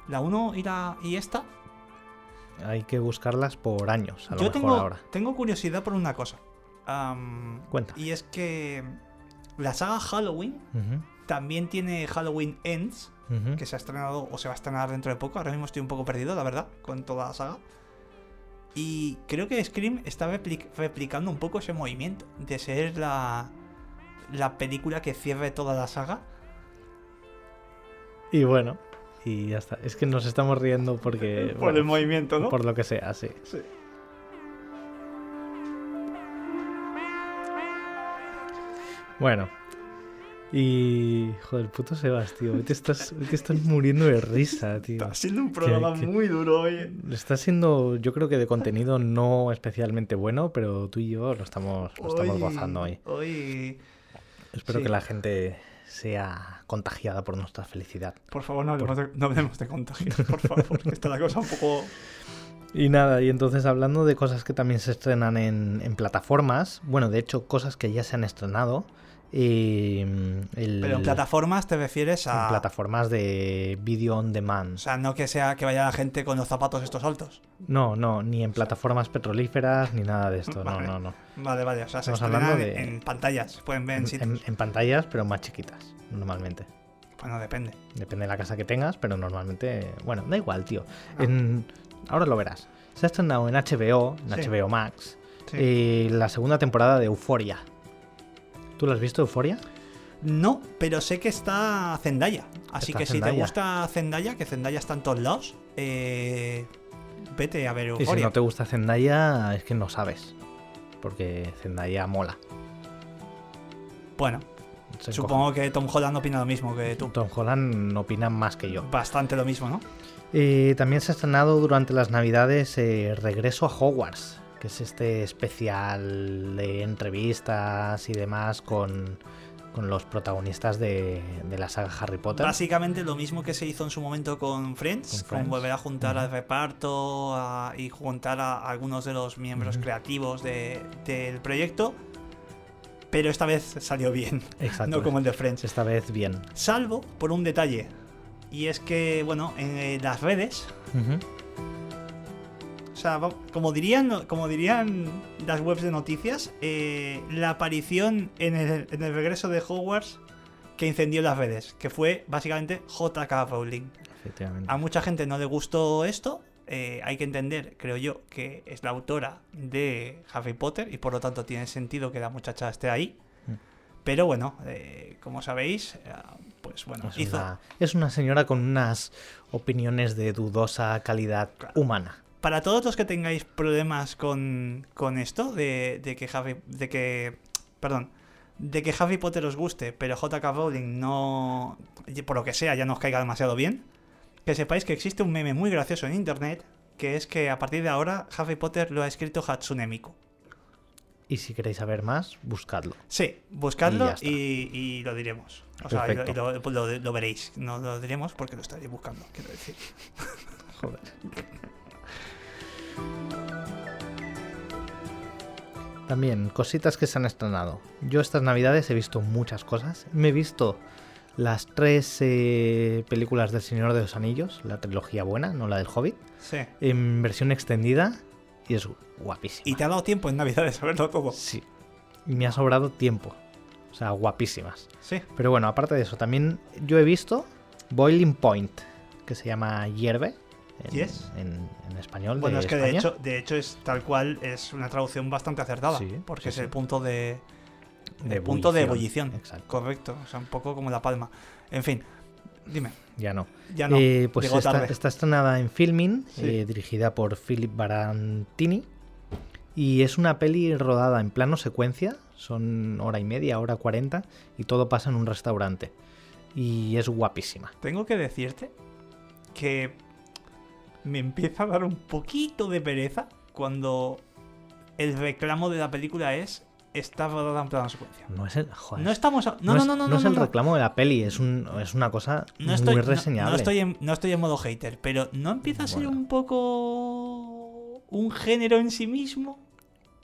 S1: la 1 y la y esta,
S2: Hay que buscarlas por años, a lo
S1: yo
S2: mejor
S1: tengo,
S2: ahora.
S1: tengo curiosidad por una cosa. Am,
S2: Cuenta.
S1: y es que la saga Halloween
S2: Ujú,
S1: también tiene Halloween Ends,
S2: ujú.
S1: que se ha estrenado o se va a estrenar dentro de poco. Ahora mismo estoy un poco perdido, la verdad, con toda la saga. Y creo que Scream está repli- replicando un poco ese movimiento de ser la, la película que cierre toda la saga.
S2: Y bueno, y ya está. Es que nos estamos riendo porque. Eh, bueno,
S1: movimiento,
S2: Por lo que sea, sí. Bueno. Y. Joder, puto Sebas, tío. Hoy te estás, hoy te estás muriendo de risa, tío.
S1: siendo un
S2: programa que-
S1: muy duro, oye.
S2: Está siendo, yo creo que de contenido no especialmente bueno, pero tú y yo lo estamos, lo estamos gozando hoy.
S1: Hoy,
S2: Espero
S1: Sí.
S2: que la gente sea contagiada por nuestra felicidad.
S1: por favor, no hablemos, de, no hablemos de contagios, por favor, que está la cosa un poco...
S2: Y nada, y entonces hablando de cosas que también se estrenan en, en plataformas, bueno, de hecho, cosas que ya se han estrenado. Y mm, el-
S1: Pero en ah. plataformas te refieres
S2: en
S1: a.
S2: plataformas de video on demand.
S1: O sea, no que sea que vaya la gente con los zapatos estos altos.
S2: No, no, ni en plataformas petrolíferas ni nada de esto. No,
S1: Vale.
S2: no, no.
S1: Vale, vale. O sea, se
S2: Estamos hablando
S1: estrenan
S2: de-
S1: en pantallas. se Pueden ver en
S2: En,
S1: sitios.
S2: en- en pantallas, pero más chiquitas, normalmente.
S1: Bueno, depende.
S2: Depende de la casa que tengas, pero normalmente. Bueno, da igual, tío.
S1: Ah.
S2: En- ahora lo verás. Se ha estrenado en HBO, en
S1: Sí.
S2: HBO Max,
S1: Sí.
S2: eh, la segunda temporada de Euforia. ¿Tú la has visto, Euforia?
S1: No, pero sé que está Zendaya. Así
S2: Está
S1: que si te
S2: Zendaya.
S1: gusta Zendaya, que Zendaya está en todos lados, eh, vete a ver
S2: Y si
S1: Euforia.
S2: no te gusta Zendaya, es que no sabes. Porque Zendaya mola.
S1: Bueno,
S2: Se
S1: supongo que Tom Holland opina lo mismo que tú.
S2: coge- Tom Holland opina más que yo.
S1: Bastante lo mismo, ¿no?
S2: Eh, también se ha estrenado durante las navidades eh, Regreso a Hogwarts, que es este especial de entrevistas y demás con, con los protagonistas de, de la saga Harry Potter.
S1: Básicamente lo mismo que se hizo en su momento con Friends,
S2: Con
S1: con,
S2: Friends.
S1: volver a juntar al
S2: Ujú.
S1: reparto a- y juntar a algunos de los miembros
S2: Ujú.
S1: creativos de- del proyecto. Pero esta vez salió bien,
S2: Exacto.
S1: no como el de Friends.
S2: Esta vez bien.
S1: Salvo por un detalle. Y es que, bueno, en eh, las redes, o sea, va- como dirían, como dirían las webs de noticias, eh, la aparición en el, en el regreso de Hogwarts que incendió las redes, que fue básicamente JK Rowling.
S2: Efectivamente.
S1: A mucha gente no le gustó esto. eh, hay que entender, creo yo, que es la autora de Harry Potter y por lo tanto tiene sentido que la muchacha esté ahí.
S2: Mm.
S1: Pero bueno, eh, como sabéis, eh, pues bueno,
S2: Es
S1: hizo,
S2: una, es una señora con unas opiniones de dudosa calidad
S1: Claro.
S2: humana.
S1: para todos los que tengáis problemas con, con esto, de, de que Harry. de que. Perdón. De que Harry Potter os guste, pero J.K. Rowling no. por lo que sea, ya no os caiga demasiado bien. Que sepáis que existe un meme muy gracioso en internet. Que es que a partir de ahora Harry Potter lo ha escrito Hatsune Miku.
S2: Y si queréis saber más, buscadlo.
S1: Sí, buscadlo
S2: ya está.
S1: y, y lo diremos. O sea, y lo- y
S2: Perfecto.
S1: lo, lo- lo veréis. No lo diremos porque lo estaréis buscando, quiero decir.
S2: Joder. También, cositas que se han estrenado. Yo estas navidades he visto muchas cosas. Me he visto las tres eh, películas del Señor de los Anillos, la trilogía buena, no la del Hobbit,
S1: Sí.
S2: en versión extendida y es guapísima.
S1: Y te ha dado tiempo en Navidades a verlo todo.
S2: Sí. Y me ha sobrado tiempo. O sea, guapísimas.
S1: Sí.
S2: Pero bueno, aparte de eso, también yo he visto Boiling Point, que se llama Hierve en,
S1: Yes.
S2: en- en español.
S1: Bueno,
S2: de
S1: es que de
S2: España.
S1: hecho, de hecho es tal cual, es una traducción bastante acertada,
S2: Sí,
S1: porque
S2: sí,
S1: es
S2: sí.
S1: el punto de, el punto de ebullición.
S2: Exacto,
S1: Correcto, o sea, un poco como la palma. En fin, dime,
S2: ya no.
S1: ya no.
S2: Eh, pues
S1: llegó
S2: está,
S1: tarde.
S2: está estrenada en Filmin,
S1: Sí.
S2: eh, dirigida por Philip Barantini. Y es una peli rodada en plano secuencia, son hora y media, hora cuarenta, y todo pasa en un restaurante. Y es guapísima.
S1: Tengo que decirte que me empieza a dar un poquito de pereza cuando el reclamo de la película es está rodada en plano secuencia.
S2: No es el. joder,
S1: No estamos... a- No,
S2: no
S1: no,
S2: es-
S1: no, no,
S2: no es
S1: no,
S2: el
S1: no.
S2: reclamo de la peli, es, un- es una cosa
S1: No estoy,
S2: muy
S1: no-
S2: reseñable.
S1: No, estoy en, no estoy en modo hater, pero ¿no empieza a ser
S2: Bueno.
S1: un poco un género en sí mismo?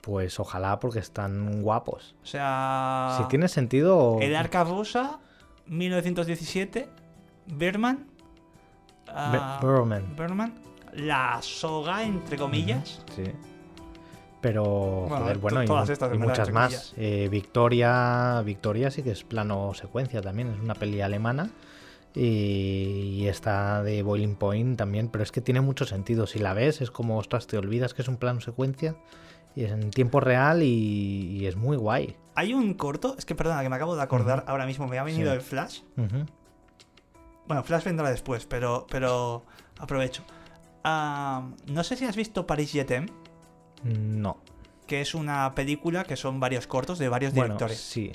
S2: Pues ojalá porque están guapos.
S1: O sea,
S2: Si tiene sentido...
S1: Ah, El Arca Rosa, 1917, Berman,
S2: Be-
S1: ah,
S2: Berman.
S1: Berman, La Soga, entre comillas.
S2: Sí. Pero,
S1: Bueno,
S2: joder,
S1: to-
S2: bueno, y,
S1: todas
S2: mu-
S1: estas,
S2: y
S1: en verdad,
S2: muchas
S1: entre
S2: más. Eh, Victoria, Victoria sí que es plano secuencia también, es una peli alemana. Y, y esta de Boiling Point también, pero es que tiene mucho sentido. Si la ves, es como, ostras, te olvidas que es un plano secuencia y es en tiempo real y, y es muy guay.
S1: Hay un corto, es que perdona, que me acabo de acordar
S2: Ujú.
S1: ahora mismo, me ha venido
S2: Sí.
S1: el Flash.
S2: Ujú.
S1: Bueno, Flash vendrá después, pero, pero aprovecho. Ah, no sé si has visto Paris Jetem,
S2: No.
S1: que es una película que son varios cortos de varios
S2: Bueno,
S1: directores.
S2: sí.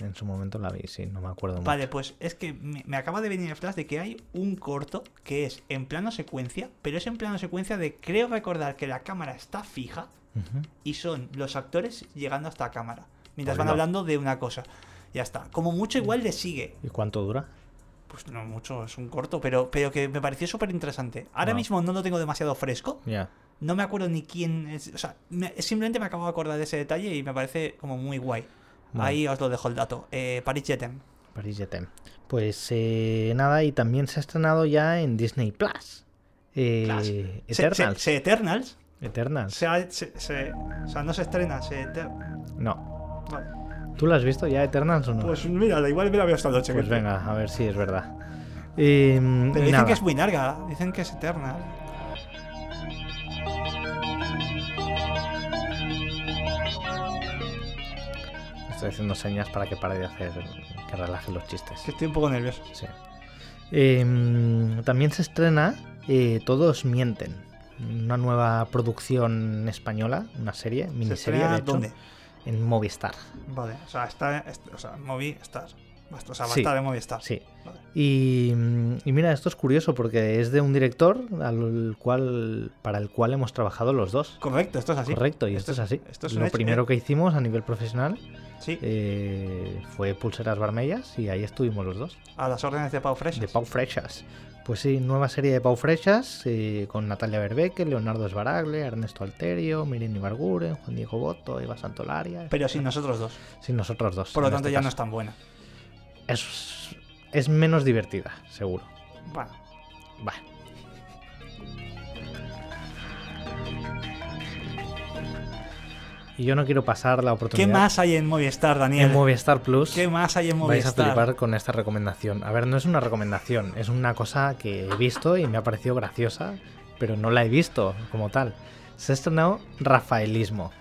S2: En su momento la vi, sí, no me acuerdo
S1: Vale,
S2: mucho.
S1: pues es que me, me acaba de venir el flash de que hay un corto que es en plano secuencia, pero es en plano secuencia de creo recordar que la cámara está fija
S2: Ujú.
S1: y son los actores llegando hasta la cámara, mientras van
S2: Hola.
S1: hablando de una cosa. Ya está. Como mucho igual le sigue.
S2: ¿Y cuánto dura?
S1: Pues no mucho, es un corto, pero, pero que me pareció súper interesante. Ahora
S2: Ah.
S1: mismo no lo tengo demasiado fresco,
S2: Ya.
S1: No me acuerdo ni quién es. O sea, me- simplemente me acabo de acordar de ese detalle y me parece como muy guay.
S2: Vale.
S1: Ahí os lo dejo el dato. Eh, Paris Jetem.
S2: Paris Jetem. Pues eh, nada, y también se ha estrenado ya en Disney Plus. Eh,
S1: Plus. Se, se,
S2: Eternals.
S1: se Eternals.
S2: Eternals.
S1: Se, ha- se- se- o sea, no se estrena, se. eter-
S2: No.
S1: Vale.
S2: ¿Tú la has visto ya Eternals o no?
S1: Pues mira, igual me la veo esta noche.
S2: Pues
S1: que-
S2: venga, a ver si es verdad. Eh,
S1: Pero dicen
S2: nada.
S1: que es muy larga, dicen que es eterna.
S2: Estoy haciendo señas para que pare de hacer que relaje los chistes.
S1: Que estoy un poco nervioso.
S2: Sí. Eh, también se estrena eh, Todos mienten, una nueva producción española, una serie,
S1: ¿Se
S2: miniserie
S1: estrena
S2: de hecho,
S1: dónde?
S2: en Movistar.
S1: Vale, o sea, está, est- o sea, Movistar. Basta, O sea, va
S2: Sí.
S1: a estar en Movistar.
S2: Sí.
S1: Vale.
S2: Y, mm, y mira, esto es curioso porque es de un director al cual para el cual hemos trabajado los dos.
S1: Correcto, esto es así.
S2: Correcto, y esto, es así.
S1: esto es un
S2: Lo
S1: hecho,
S2: primero
S1: eh.
S2: que hicimos a nivel profesional
S1: Sí,
S2: eh, fue Pulseras Barmellas y ahí estuvimos los dos.
S1: a las órdenes de Pau Fresh.
S2: De Pau Frechas. Pues sí, nueva serie de Pau Frechas eh, con Natalia Berbeque, Leonardo Esbaragle, Ernesto Alterio, Miren Ibarguren, Juan Diego Boto, Eva Santolaria.
S1: Pero sin nosotros dos.
S2: sin nosotros dos.
S1: Por lo
S2: en
S1: tanto,
S2: este
S1: ya no es
S2: caso.
S1: tan buena.
S2: Es, es menos divertida, seguro.
S1: Bueno,
S2: Va. Y yo no quiero pasar la
S1: ¿qué
S2: oportunidad.
S1: más hay en Movistar, Daniel?
S2: En Movistar Plus.
S1: ¿Qué más hay en
S2: Vais a
S1: Movistar?
S2: flipar con esta recomendación. A ver, no es una recomendación, es una cosa que he visto y me ha parecido graciosa, pero no la he visto como tal. Se ha estrenado Rafaelismo.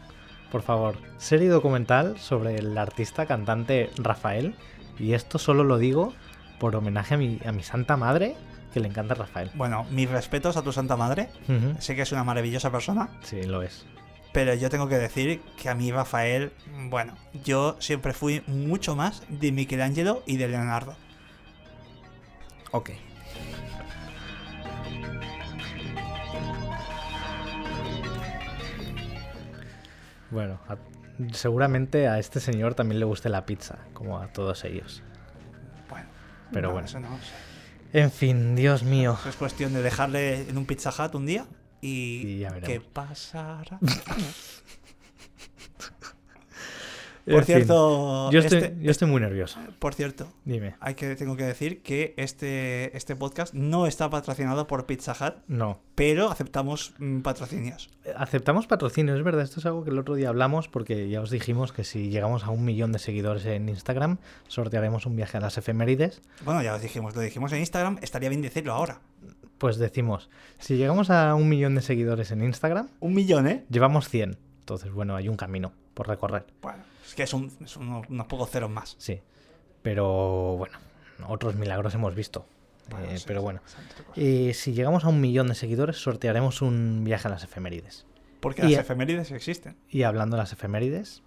S2: Por favor, serie documental sobre el artista cantante Rafael. Y esto solo lo digo por homenaje a mi, a mi santa madre, que le encanta Rafael.
S1: Bueno, mis respetos a tu santa madre.
S2: Ujú,
S1: Sé que es una maravillosa persona,
S2: Sí, lo es.
S1: pero yo tengo que decir que a mí Rafael, bueno, yo siempre fui mucho más de Michelangelo y de Leonardo.
S2: Ok. Bueno, a- seguramente a este señor también le guste la pizza, como a todos ellos.
S1: Bueno,
S2: Pero
S1: no,
S2: bueno.
S1: eso no,
S2: En fin, Dios mío.
S1: eso es cuestión de dejarle en un Pizza Hut un día
S2: Y
S1: y
S2: ya veremos.
S1: qué pasará.
S2: En
S1: Por
S2: fin,
S1: cierto,
S2: yo estoy,
S1: este-
S2: yo estoy muy nervioso.
S1: por cierto,
S2: Dime.
S1: hay que tengo que decir que este este podcast no está patrocinado por Pizza Hut,
S2: No.
S1: pero aceptamos mm, patrocinios.
S2: Aceptamos patrocinio, es verdad. Esto es algo que el otro día hablamos porque ya os dijimos que si llegamos a un millón de seguidores en Instagram, sortearemos un viaje a las efemérides.
S1: Bueno, ya lo dijimos, lo dijimos en Instagram, estaría bien decirlo ahora.
S2: Pues decimos, si llegamos a un millón de seguidores en Instagram,
S1: Un millón, ¿eh?
S2: Llevamos 100. Entonces, bueno, hay un camino por recorrer.
S1: Bueno, es que son, son unos, unos pocos ceros más.
S2: Sí. Pero bueno, otros milagros hemos visto.
S1: Bueno,
S2: Eh,
S1: sí,
S2: pero
S1: sí,
S2: bueno.
S1: santo cosa.
S2: Eh, si llegamos a un millón de seguidores, sortearemos un viaje a las efemérides.
S1: Porque
S2: y-
S1: las efemérides existen.
S2: Y hablando de las efemérides.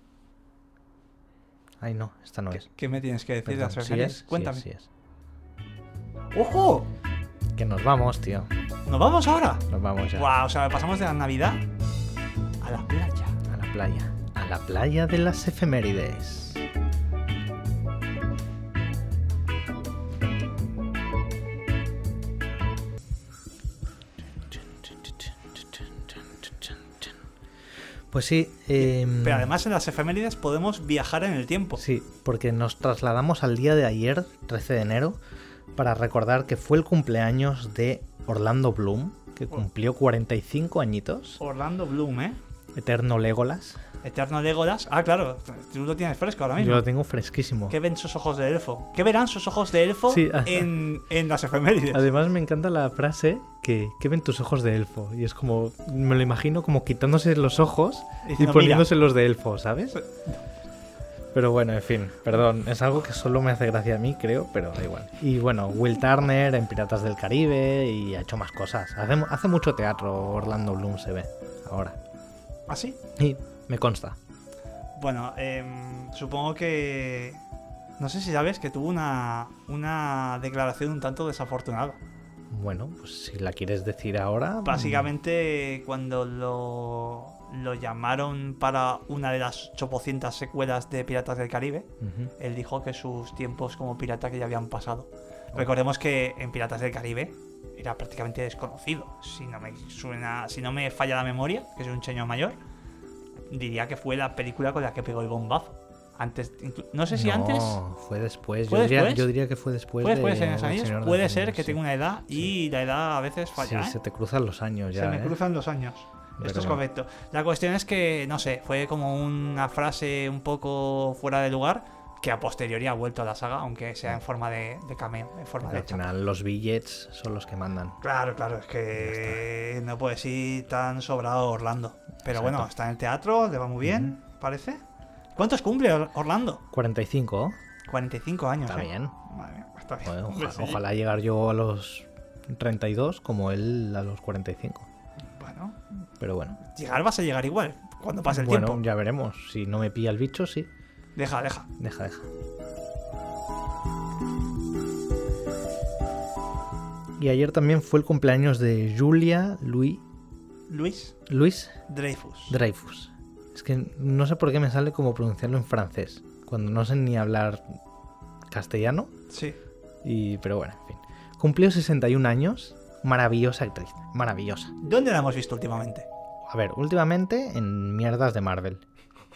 S2: Ay, no, esta no
S1: ¿Qué,
S2: es.
S1: qué me tienes que decir de las
S2: Perdón, ¿sí
S1: efemérides?
S2: es? Sí es,
S1: Cuéntame.
S2: sí es.
S1: ¡Ojo!
S2: Que nos vamos, tío.
S1: ¿Nos vamos ahora?
S2: Nos vamos ya.
S1: Guau, o sea, pasamos de la Navidad a la playa.
S2: A la playa. A la playa de las efemérides. Pues sí, em,
S1: Pero además en las efemérides podemos viajar en el tiempo.
S2: sí, porque nos trasladamos al día de ayer, 13 de enero, para recordar que fue el cumpleaños de Orlando Bloom,
S1: Oh.
S2: que cumplió 45 añitos,
S1: Orlando Bloom, ¿eh?
S2: eterno Legolas.
S1: Eterno Legolas. Ah, claro, tú lo tienes fresco ahora
S2: Yo
S1: mismo.
S2: lo tengo fresquísimo.
S1: ¿Qué ven sus ojos de elfo? ¿Qué verán sus ojos de elfo
S2: Sí, ah.
S1: en, en las efemérides?
S2: Además me encanta la frase que, que ven tus ojos de elfo. Y es como, me lo imagino como quitándose los ojos y
S1: Diciendo,
S2: poniéndose los de elfo, ¿sabes? Pero bueno, en fin, perdón, es algo que solo me hace gracia a mí, creo, pero da igual. Y bueno, Will Turner en Piratas del Caribe y ha hecho más cosas. Hace, mu- hace mucho teatro, Orlando Bloom se ve ahora.
S1: ¿Ah, sí?
S2: Y me consta.
S1: Bueno, em, supongo que. No sé si sabes que tuvo una, una declaración un tanto desafortunada.
S2: Bueno, pues si la quieres decir ahora... mm,
S1: Básicamente, cuando lo, lo llamaron para una de las 800 secuelas de Piratas del Caribe,
S2: mm, ujú.
S1: él dijo que sus tiempos como pirata que ya habían pasado. Recordemos que en Piratas del Caribe era prácticamente desconocido. Si no me suena, si no me falla la memoria, que soy un señor mayor, diría que fue la película con la que pegó el bombazo. Antes, inclu- no sé si
S2: no,
S1: antes.
S2: fue después.
S1: ¿Fue
S2: yo, diría,
S1: después?
S2: yo diría que fue después.
S1: Puede,
S2: de
S1: puede ser en los
S2: El
S1: años,
S2: Señor de
S1: puede
S2: los
S1: ser
S2: Anillos,
S1: que
S2: sí.
S1: tenga una edad y la edad a veces falla.
S2: Sí,
S1: ¿eh?
S2: se te cruzan los años ya.
S1: se me
S2: ¿eh?
S1: cruzan los años. Esto
S2: Pero
S1: es
S2: bueno.
S1: correcto. La cuestión es que, no sé, fue como una frase un poco fuera de lugar que a posteriori ha vuelto a la saga, aunque sea en forma de, de cameo, en forma
S2: Al
S1: de chapa.
S2: final, los billets son los que mandan.
S1: Claro, claro, es que no puedes ir tan sobrado Orlando. Pero bueno,
S2: Exacto.
S1: está en el teatro, le va muy bien, parece. ¿Cuántos cumple Or- Orlando?
S2: 45, ¿oh?
S1: 45 años.
S2: Está
S1: ¿eh?
S2: bien.
S1: Madre mía, está bien.
S2: Joder,
S1: Hombre,
S2: ojalá,
S1: sí.
S2: ojalá llegar yo a los 32 como él a los 45.
S1: Bueno,
S2: Pero bueno.
S1: llegar vas a llegar igual, cuando pase el
S2: bueno,
S1: tiempo.
S2: ya veremos. Si no me pilla el bicho, sí.
S1: Deja, deja.
S2: Deja, deja. Y ayer también fue el cumpleaños de Julia Louis,
S1: Luis
S2: Luis
S1: Dreyfus.
S2: Dreyfus. Es que no sé por qué me sale como pronunciarlo en francés, cuando no sé ni hablar castellano.
S1: sí.
S2: Y, pero bueno, en fin. Cumplió 61 años. Maravillosa actriz. Maravillosa.
S1: ¿Dónde la hemos visto últimamente?
S2: A ver, últimamente en mierdas de Marvel,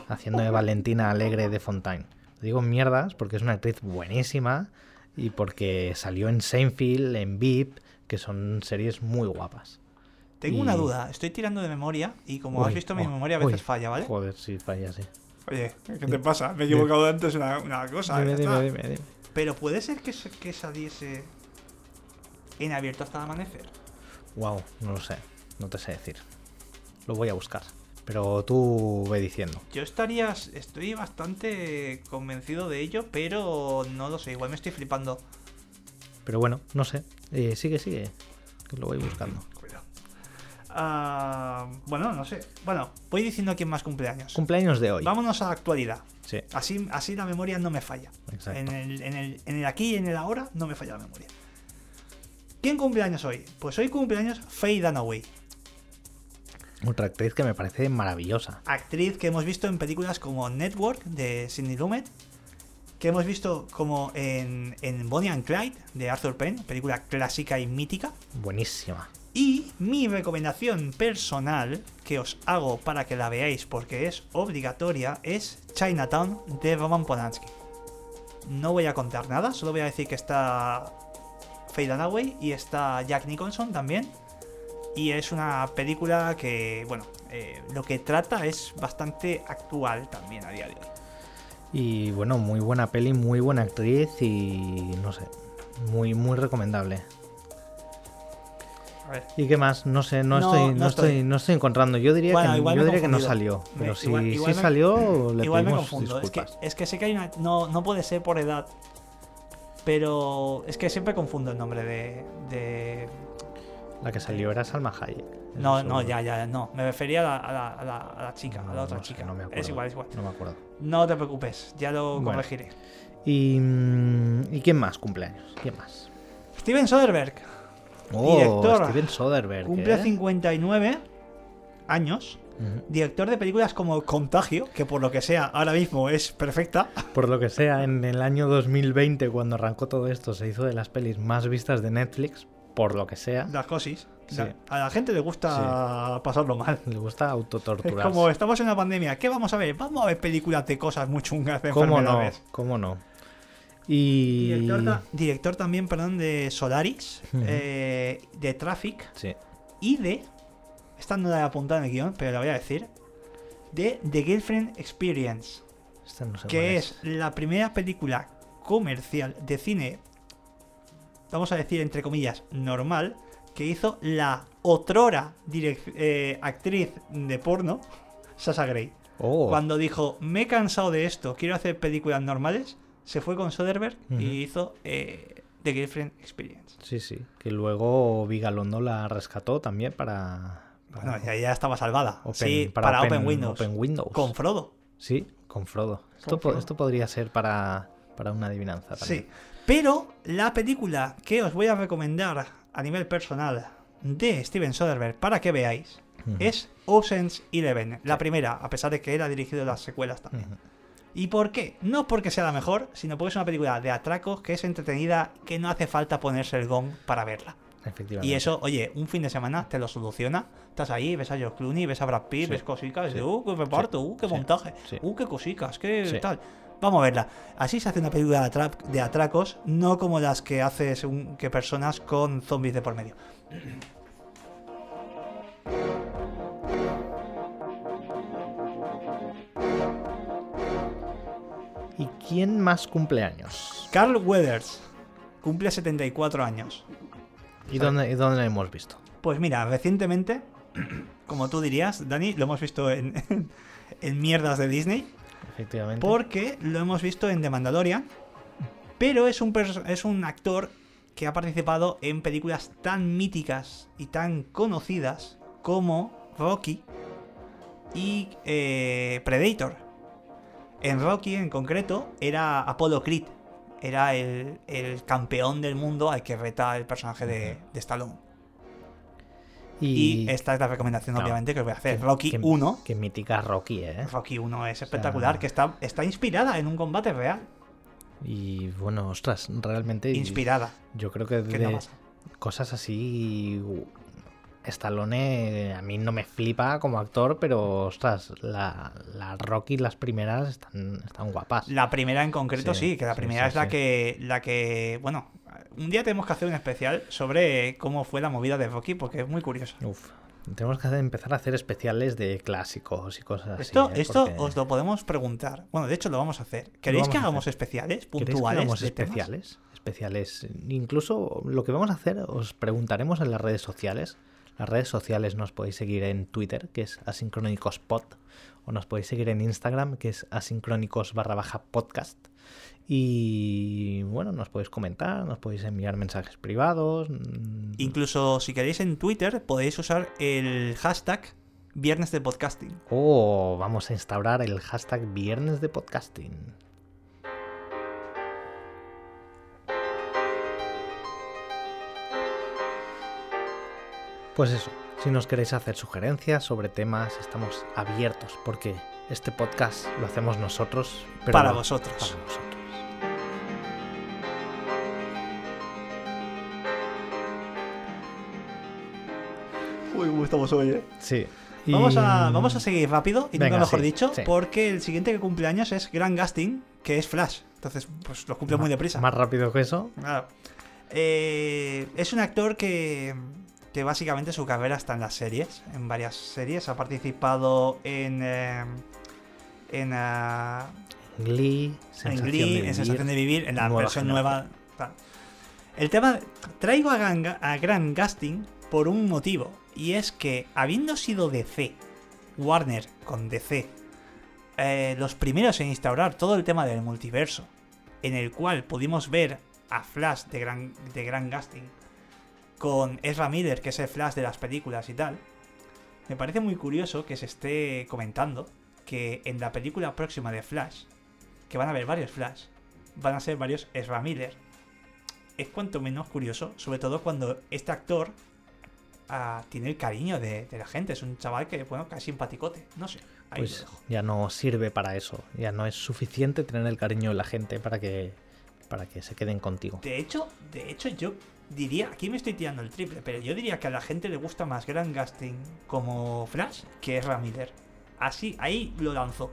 S2: haciendo de Valentina Alegre de Fontaine. Digo mierdas porque es una actriz buenísima y porque salió en Seinfeld, en VIP, que son series muy guapas.
S1: Tengo
S2: Y-
S1: una duda, estoy tirando de memoria y como has
S2: Uy,
S1: visto mi
S2: oh,
S1: memoria a veces
S2: uy,
S1: falla, ¿vale?
S2: Joder, sí, falla, sí.
S1: Oye, ¿qué te pasa? Me he equivocado antes una, una cosa.
S2: Dime,
S1: ya está.
S2: dime, dime, dime.
S1: Pero puede ser que, se- que saliese en abierto hasta el amanecer.
S2: Wow, no lo sé, no te sé decir. Lo voy a buscar, pero tú ve diciendo.
S1: Yo estaría, estoy bastante convencido de ello, pero no lo sé, igual me estoy flipando.
S2: Pero bueno, no sé. Eh, sigue, sigue, que lo voy buscando.
S1: Cuidado. Ah, bueno, no sé. Bueno, voy diciendo quién más cumpleaños.
S2: Cumpleaños de hoy.
S1: Vámonos a la actualidad.
S2: Sí,
S1: Así, así la memoria no me falla.
S2: Exacto.
S1: En el, en el- en el aquí y en el ahora no me falla la memoria. ¿Quién cumpleaños hoy? Pues hoy cumpleaños Faye Dunaway,
S2: otra actriz que me parece maravillosa.
S1: actriz que hemos visto en películas como Network de Sidney Lumet, que hemos visto como en, en Bonnie and Clyde de Arthur Penn, película clásica y mítica.
S2: Buenísima.
S1: Y mi recomendación personal que os hago para que la veáis porque es obligatoria es Chinatown de Roman Polanski. No voy a contar nada, solo voy a decir que está Faye Dunaway y está Jack Nicholson también. Y es una película que, bueno, eh, lo que trata es bastante actual también a día de hoy.
S2: Y bueno, muy buena peli, muy buena actriz y no sé, muy muy recomendable.
S1: A ver,
S2: ¿Y qué más? No sé, no,
S1: No,
S2: estoy,
S1: no
S2: no estoy,
S1: estoy.
S2: no estoy encontrando. Yo diría,
S1: Bueno,
S2: que,
S1: igual me
S2: yo
S1: he
S2: diría que no
S1: confundido.
S2: salió, pero
S1: Me-
S2: si,
S1: igual- igual
S2: si
S1: me-
S2: salió le
S1: Igual me
S2: pedimos
S1: confundo. Es que,
S2: disculpas.
S1: es que sé que hay una. No, no puede ser por edad. Pero es que siempre confundo el nombre de. de-
S2: La que salió era Salma Hayek. eso
S1: No, no,
S2: seguro.
S1: ya, ya, no. Me refería a la, a la- a la- a la chica, a la
S2: No,
S1: otra
S2: no sé,
S1: chica.
S2: no me acuerdo.
S1: es igual, es igual.
S2: No me acuerdo.
S1: No te preocupes, ya lo
S2: Bueno.
S1: corregiré.
S2: ¿Y, mm, ¿y quién más cumpleaños? ¿Quién más?
S1: Steven Soderbergh
S2: Oh,
S1: Director.
S2: Steven Soderbergh.
S1: cumple
S2: ¿eh? Mm.
S1: 59 años.
S2: Ujú.
S1: Director de películas como Contagio, que por lo que sea ahora mismo es perfecta.
S2: Por lo que sea, en el año 2020, cuando arrancó todo esto, se hizo de las pelis más vistas de Netflix, por lo que sea.
S1: Las cosis.
S2: Sí.
S1: La- a la gente le gusta pasarlo mal.
S2: Le gusta
S1: Es
S2: autotorturarse.
S1: como este, estamos en una pandemia, ¿qué vamos a ver? Vamos a ver películas de cosas muy chungas de
S2: ¿Cómo no?
S1: enfermedades.
S2: ¿Cómo no? Y...
S1: Director, ta- director también, perdón, de Solaris,
S2: Ujú.
S1: eh, de Traffic
S2: Sí.
S1: y de. Esta no la he apuntado en el guión, pero la voy a decir. De The Girlfriend Experience,
S2: Esta no sé cuál
S1: que es la primera película comercial de cine, vamos a decir entre comillas, normal, que hizo la otrora direc- eh, actriz de porno, Sasha Grey.
S2: Oh,
S1: Cuando dijo, me he cansado de esto, quiero hacer películas normales, se fue con Soderbergh
S2: Ujú.
S1: y hizo eh, The Girlfriend Experience.
S2: sí, sí. Que luego Vigalondo la rescató también para... para
S1: Bueno, ya, ya estaba salvada.
S2: Open-
S1: sí, para, Open, Windows.
S2: Open Windows.
S1: Con Frodo.
S2: Sí, con Frodo. Esto, po-
S1: Frodo.
S2: esto podría ser para, para una adivinanza también.
S1: Sí. Pero la película que os voy a recomendar a nivel personal de Steven Soderbergh para que veáis
S2: Ujú.
S1: es Ocean's Eleven, la primera, a pesar de que él ha dirigido las secuelas también.
S2: Ujú.
S1: ¿Y por qué? No porque sea la mejor, sino porque es una película de atracos que es entretenida, que no hace falta ponerse el gong para verla.
S2: Efectivamente.
S1: Y eso, oye, un fin de semana te lo soluciona. Estás ahí, ves a George Clooney, ves a Brad Pitt,
S2: Sí.
S1: ves cositas,
S2: Sí.
S1: de, uh, qué reparto, uh, qué
S2: Sí.
S1: montaje,
S2: Sí.
S1: uh, qué cositas, qué
S2: Sí.
S1: tal. Vamos a verla. Así se hace una película de, atrap- de atracos, no como las que haces un- que personas con zombies de por medio.
S2: ¿Y quién más cumpleaños?
S1: Carl Weathers cumple 74 años.
S2: ¿Y dónde, y dónde lo hemos visto?
S1: Pues mira, recientemente, como tú dirías, Dani, lo hemos visto en, en, mierdas de Disney,
S2: Efectivamente.
S1: porque lo hemos visto en The Mandalorian, pero es un, pers- es un actor que ha participado en películas tan míticas y tan conocidas como Rocky y eh, Predator. En Rocky en concreto era Apollo Creed, era el, el campeón del mundo al que reta el personaje de, de Stallone. Y,
S2: Y,
S1: esta es la recomendación,
S2: No.
S1: obviamente, que os voy a hacer.
S2: qué-
S1: Rocky
S2: qué-
S1: 1.
S2: Qué mítica Rocky, ¿eh?
S1: Rocky 1 es espectacular, que está, está inspirada en un combate real.
S2: Y bueno, ostras, realmente.
S1: Inspirada.
S2: Yo creo que
S1: ¿Qué
S2: de
S1: te pasa?
S2: cosas así. u- Stallone eh, a mí no me flipa como actor, pero ostras, la, la Rocky, las primeras, están, están guapas.
S1: La primera en concreto, sí,
S2: Sí,
S1: que la
S2: sí,
S1: primera
S2: sí,
S1: es la
S2: sí.
S1: que. la que. Bueno, un día tenemos que hacer un especial sobre cómo fue la movida de Rocky, porque es muy curioso.
S2: Uf, tenemos que hacer- empezar a hacer especiales de clásicos y cosas
S1: esto
S2: así. ¿eh?
S1: esto
S2: Porque-
S1: os lo podemos preguntar. Bueno, de hecho lo vamos a hacer. ¿Queréis
S2: vamos
S1: que
S2: a
S1: hagamos
S2: hacer.
S1: especiales
S2: ¿Queréis que
S1: puntuales?
S2: hagamos
S1: de temas?
S2: especiales? Especiales. Incluso lo que vamos a hacer, os preguntaremos en las redes sociales. Las redes sociales nos podéis seguir en Twitter, que es asincrónicos pod, o nos podéis seguir en Instagram, que es asincrónicos barra baja podcast. Y bueno, nos podéis comentar, nos podéis enviar mensajes privados. mm,
S1: Incluso si queréis en Twitter, podéis usar el hashtag Viernes de Podcasting.
S2: O vamos a instaurar el hashtag viernes de podcasting. Pues eso, si nos queréis hacer sugerencias sobre temas, estamos abiertos porque este podcast lo hacemos nosotros, pero
S1: Para
S2: lo-
S1: vosotros.
S2: Para vosotros.
S1: Uy, cómo estamos hoy, eh.
S2: Sí. y-
S1: Vamos, a, vamos a seguir rápido, y nunca
S2: Venga,
S1: mejor
S2: sí,
S1: dicho,
S2: sí.
S1: porque el siguiente que cumple años es Grand Gasting, que es Flash. Entonces, pues lo cumple muy deprisa.
S2: Más rápido que eso.
S1: Claro. Eh, es un actor que, que básicamente su carrera está en las series, en varias series. Ha participado en. eh, en. ah,
S2: Glee,
S1: en
S2: sensación
S1: Glee,
S2: de
S1: en
S2: vivir.
S1: Sensación de Vivir, en la
S2: Nueva
S1: versión
S2: generación.
S1: nueva. tal. El tema. Traigo a Gran, a Gran Gasting por un motivo. Y es que, habiendo sido DC, Warner con DC, eh, los primeros en instaurar todo el tema del multiverso, en el cual pudimos ver a Flash de Gran, de Gran Gasting con Ezra Miller, que es el Flash de las películas y tal. Me parece muy curioso que se esté comentando que en la película próxima de Flash, que van a haber varios Flash, van a ser varios Ezra Miller. Es cuanto menos curioso, sobre todo cuando este actor ah, tiene el cariño de, de la gente. Es un chaval que, bueno, casi simpaticote. No sé. Ahí lo
S2: pues
S1: dejo.
S2: ya no sirve para eso. Ya no es suficiente tener el cariño de la gente para que, para que se queden contigo.
S1: De hecho, de hecho, yo diría, aquí me estoy tirando el triple, pero yo diría que a la gente le gusta más Grand Gasting como Flash que Ezra Miller. Así, ahí lo lanzo.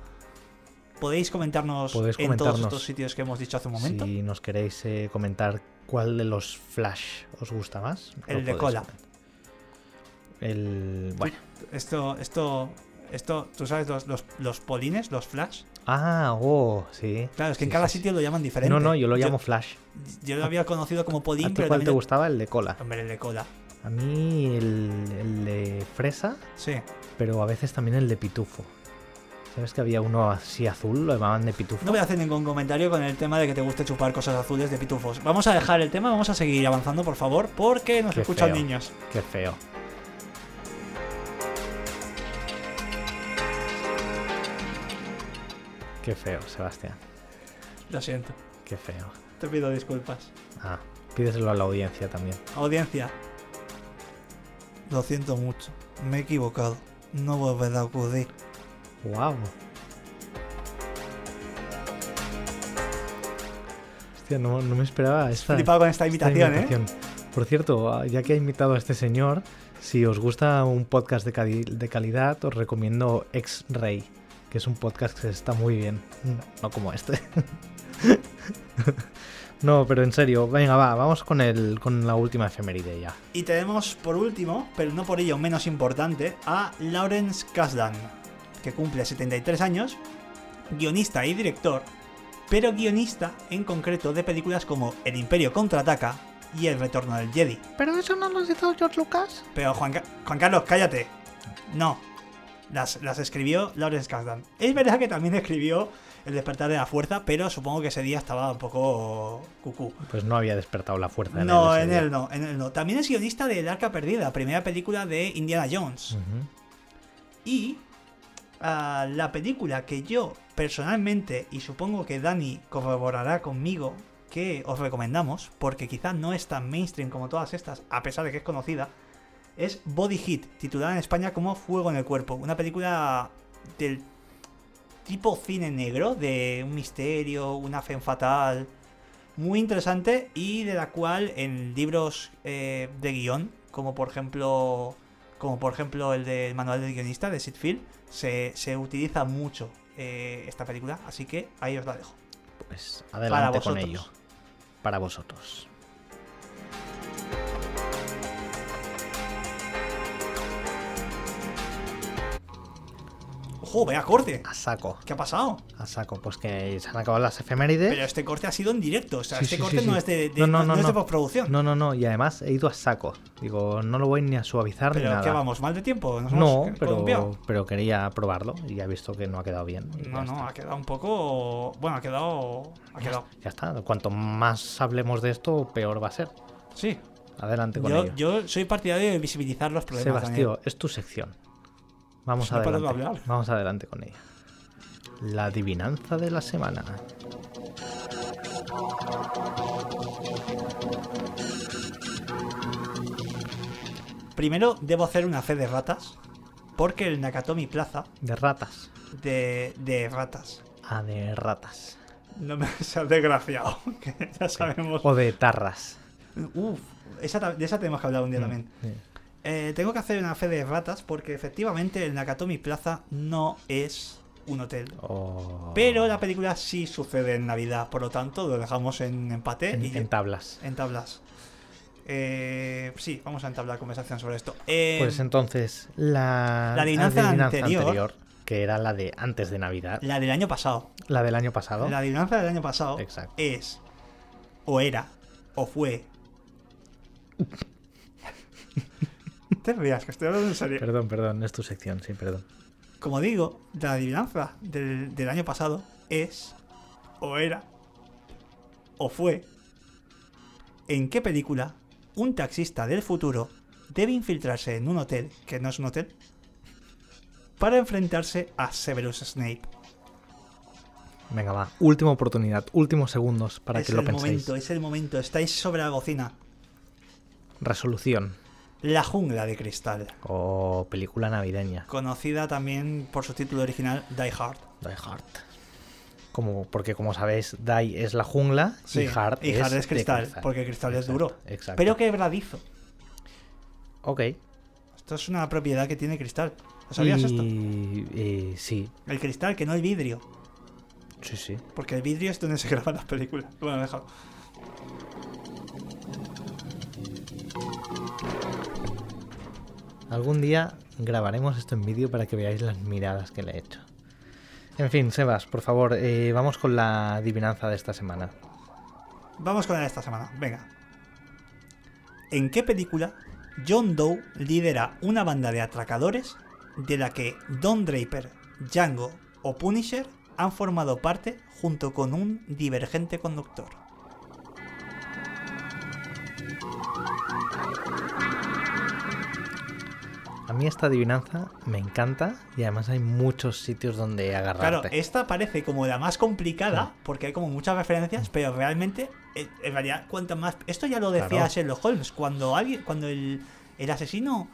S1: Podéis comentarnos
S2: Podéis
S1: en todos
S2: comentarnos.
S1: estos sitios que hemos dicho hace un momento.
S2: Si nos queréis eh, comentar cuál de los Flash os gusta más.
S1: El
S2: lo
S1: de
S2: podéis
S1: cola.
S2: comentar. El. Bueno.
S1: Esto, esto, esto, tú sabes, los, los, los polines, los Flash.
S2: Ah, oh, sí.
S1: Claro, es que en
S2: Sí,
S1: cada
S2: sí, sí.
S1: sitio lo llaman diferente.
S2: No, no, yo lo llamo Flash.
S1: Yo, lo había conocido como
S2: ¿A
S1: polín,
S2: ti
S1: pero
S2: cuál te
S1: también-
S2: gustaba? El de cola.
S1: Hombre, el de cola.
S2: A mí el, el de fresa,
S1: Sí.
S2: pero a veces también el de pitufo. ¿Sabes que había uno así azul? Lo llamaban de pitufo.
S1: No voy a hacer ningún comentario con el tema de que te guste chupar cosas azules de pitufos. Vamos a dejar el tema, vamos a seguir avanzando, por favor, porque nos
S2: Qué
S1: escuchan
S2: feo.
S1: niños.
S2: Qué feo. Qué feo, Sebastián.
S1: Lo siento,
S2: Qué feo.
S1: te pido disculpas.
S2: Ah, pídeselo a la audiencia también.
S1: Audiencia. Lo siento mucho, me he equivocado. No volverá a ocurrir.
S2: ¡Wow! Hostia, no, no me esperaba esta,
S1: Flipado con esta
S2: esta
S1: invitación, ¿eh?
S2: imitación. Por cierto, ya que he invitado a este señor, si os gusta un podcast de, cali- de calidad, os recomiendo X-Ray, que es un podcast que está muy bien. No como este. no, pero en serio, venga, va, vamos con, el, con la última efeméride ya.
S1: Y tenemos por último, pero no por ello menos importante, a Lawrence Kasdan, que cumple 73 años, guionista y director, pero guionista en concreto de películas como El Imperio contraataca y El Retorno del Jedi.
S2: ¿Pero eso no lo hizo George Lucas?
S1: Pero Juan, Ca- Juan Carlos, cállate. No. Las, las escribió Lawrence Kasdan. Es verdad que también escribió El despertar de la fuerza, pero supongo que ese día estaba un poco cucú.
S2: Pues no había despertado la fuerza.
S1: No,
S2: ese
S1: en
S2: día.
S1: él no, en él no. También es guionista de El Arca Perdida, primera película de Indiana Jones.
S2: Ujú.
S1: Y ah, la película que yo personalmente, y supongo que Dani corroborará conmigo, que os recomendamos, porque quizás no es tan mainstream como todas estas, a pesar de que es conocida, es Body Hit, titulada en España como Fuego en el Cuerpo. Una película del tipo cine negro, de un misterio, una fe fatal. Muy interesante y de la cual en libros eh, de guión, como por ejemplo como por ejemplo el del manual del guionista de Sid Field, se, se utiliza mucho eh, esta película, así que ahí os la dejo.
S2: Pues
S1: para
S2: adelante con
S1: vosotros.
S2: ello. Para vosotros.
S1: ¡Ojo, vea corte!
S2: A saco.
S1: ¿Qué ha pasado?
S2: A saco. Pues que se han acabado las efemérides.
S1: Pero este corte ha sido en directo, o sea,
S2: Sí,
S1: este
S2: sí,
S1: corte
S2: sí,
S1: no
S2: sí.
S1: es de, de-
S2: No, no,
S1: no-
S2: no,
S1: no es de
S2: no.
S1: postproducción.
S2: No, no, no. Y además he ido a saco. Digo, no lo voy ni a suavizar ni
S1: pero
S2: nada.
S1: ¿qué vamos? ¿Mal de tiempo? ¿Nos
S2: no,
S1: hemos columpiado?
S2: pero, pero quería probarlo y ya he visto que no ha quedado bien. Y
S1: No,
S2: ya
S1: no,
S2: está.
S1: ha quedado un poco... Bueno, ha quedado... Ha quedado...
S2: Ya está. Cuanto más hablemos de esto, peor va a ser.
S1: Sí.
S2: Adelante con
S1: Yo,
S2: ello.
S1: yo soy partidario de visibilizar los problemas.
S2: Sebastián, es tu sección. Vamos
S1: No paro de
S2: adelante.
S1: hablar.
S2: Vamos adelante con ella. La adivinanza de la semana.
S1: Daniel. Primero, debo hacer una fe de ratas, porque el Nakatomi Plaza
S2: De ratas.
S1: de, de ratas
S2: Ah, de ratas.
S1: No me seas desgraciado, que ya sabemos.
S2: O de tarras.
S1: Uf, esa, ta- de esa tenemos que hablar un día
S2: Mm.
S1: también.
S2: Sí.
S1: Eh, tengo que hacer una fe de ratas porque efectivamente el Nakatomi Plaza no es un hotel.
S2: O-
S1: Pero la película sí sucede en Navidad, por lo tanto lo dejamos en empate
S2: en,
S1: y
S2: en tablas.
S1: en tablas. Eh, sí, vamos a entablar conversación sobre esto. Eh,
S2: Pues entonces, la,
S1: la adivinanza anterior-
S2: que era la de antes de Navidad,
S1: La del año pasado.
S2: la del año pasado.
S1: La adivinanza del año pasado
S2: Exacto.
S1: es, o era, o fue. Te rías, que estoy hablando en serio.
S2: Perdón, perdón, es tu sección, sí, perdón.
S1: Como digo, la adivinanza del, del año pasado es, o era, o fue. ¿En qué película un taxista del futuro debe infiltrarse en un hotel, que no es un hotel, para enfrentarse a Severus Snape?
S2: Venga, va. Última oportunidad, últimos segundos para
S1: es
S2: que lo
S1: el
S2: penséis.
S1: momento, es el momento, estáis sobre la bocina.
S2: Resolución.
S1: La jungla de cristal.
S2: O película navideña.
S1: conocida también por su título original Die Hard.
S2: Die Hard. Como, porque como sabéis, Die es la jungla y Hard es,
S1: es
S2: de
S1: cristal, porque el cristal es duro.
S2: Exacto.
S1: Pero quebradizo.
S2: Ok.
S1: Esto es una propiedad que tiene cristal. ¿Lo sabías
S2: y,
S1: esto?
S2: y sí,
S1: El cristal, que no el vidrio.
S2: sí, sí.
S1: Porque el vidrio es donde se graban las películas. Bueno, déjalo.
S2: Algún día grabaremos esto en vídeo para que veáis las miradas que le he hecho. En fin, Sebas, por favor, eh, vamos con la adivinanza de esta semana.
S1: Vamos con la de esta semana. Venga. ¿En qué película John Doe lidera una banda de atracadores de la que Don Draper, Django o Punisher han formado parte junto con un divergente conductor?
S2: A mí esta adivinanza me encanta y además hay muchos sitios donde agarrarte.
S1: Claro, eh, esta parece como la más complicada, porque hay como muchas referencias, pero realmente, eh, en realidad, cuantas más. Esto ya lo decía
S2: Claro.
S1: Sherlock Holmes, cuando alguien, cuando el, el asesino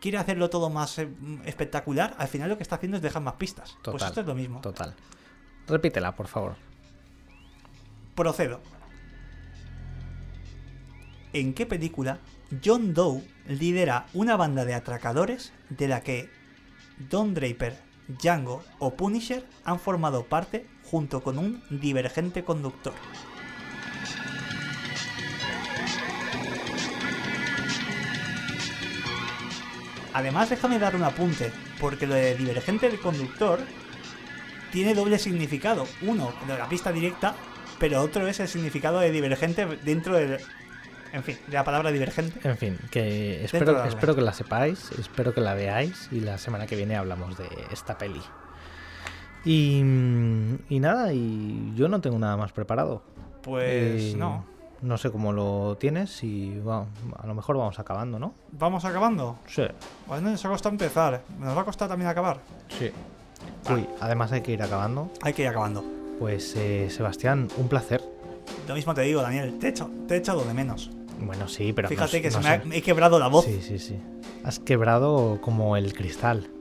S1: quiere hacerlo todo más eh, espectacular, al final lo que está haciendo es dejar más pistas. pues
S2: Total,
S1: esto es lo mismo.
S2: Total. Repítela, por favor.
S1: Procedo. en qué película John Doe lidera una banda de atracadores de la que Don Draper, Django o Punisher han formado parte junto con un divergente conductor. Además, déjame dar un apunte, porque lo de divergente del conductor tiene doble significado. Uno, de la pista directa, pero otro es el significado de divergente dentro del... En fin, de la palabra divergente.
S2: En fin, que
S1: de
S2: espero,
S1: la
S2: espero que la sepáis, espero que la veáis y la semana que viene hablamos de esta peli. Y, y nada, y yo no tengo nada más preparado.
S1: Pues
S2: Eh,
S1: no.
S2: No sé cómo lo tienes y va- a lo mejor vamos acabando, ¿no?
S1: ¿Vamos acabando?
S2: Sí,
S1: Bueno, nos Pues ha costado empezar. ¿eh? Nos va a costar también acabar.
S2: sí. Uy, además hay que ir acabando.
S1: Hay que ir acabando.
S2: Pues eh, Sebastián, un placer.
S1: Lo mismo te digo, Daniel. Te he echo- te he echado de menos.
S2: Bueno, sí, pero...
S1: Fíjate
S2: nos-
S1: que se
S2: nos
S1: me ha-
S2: ha-
S1: he quebrado la voz.
S2: Sí, sí, sí. Has quebrado como el cristal.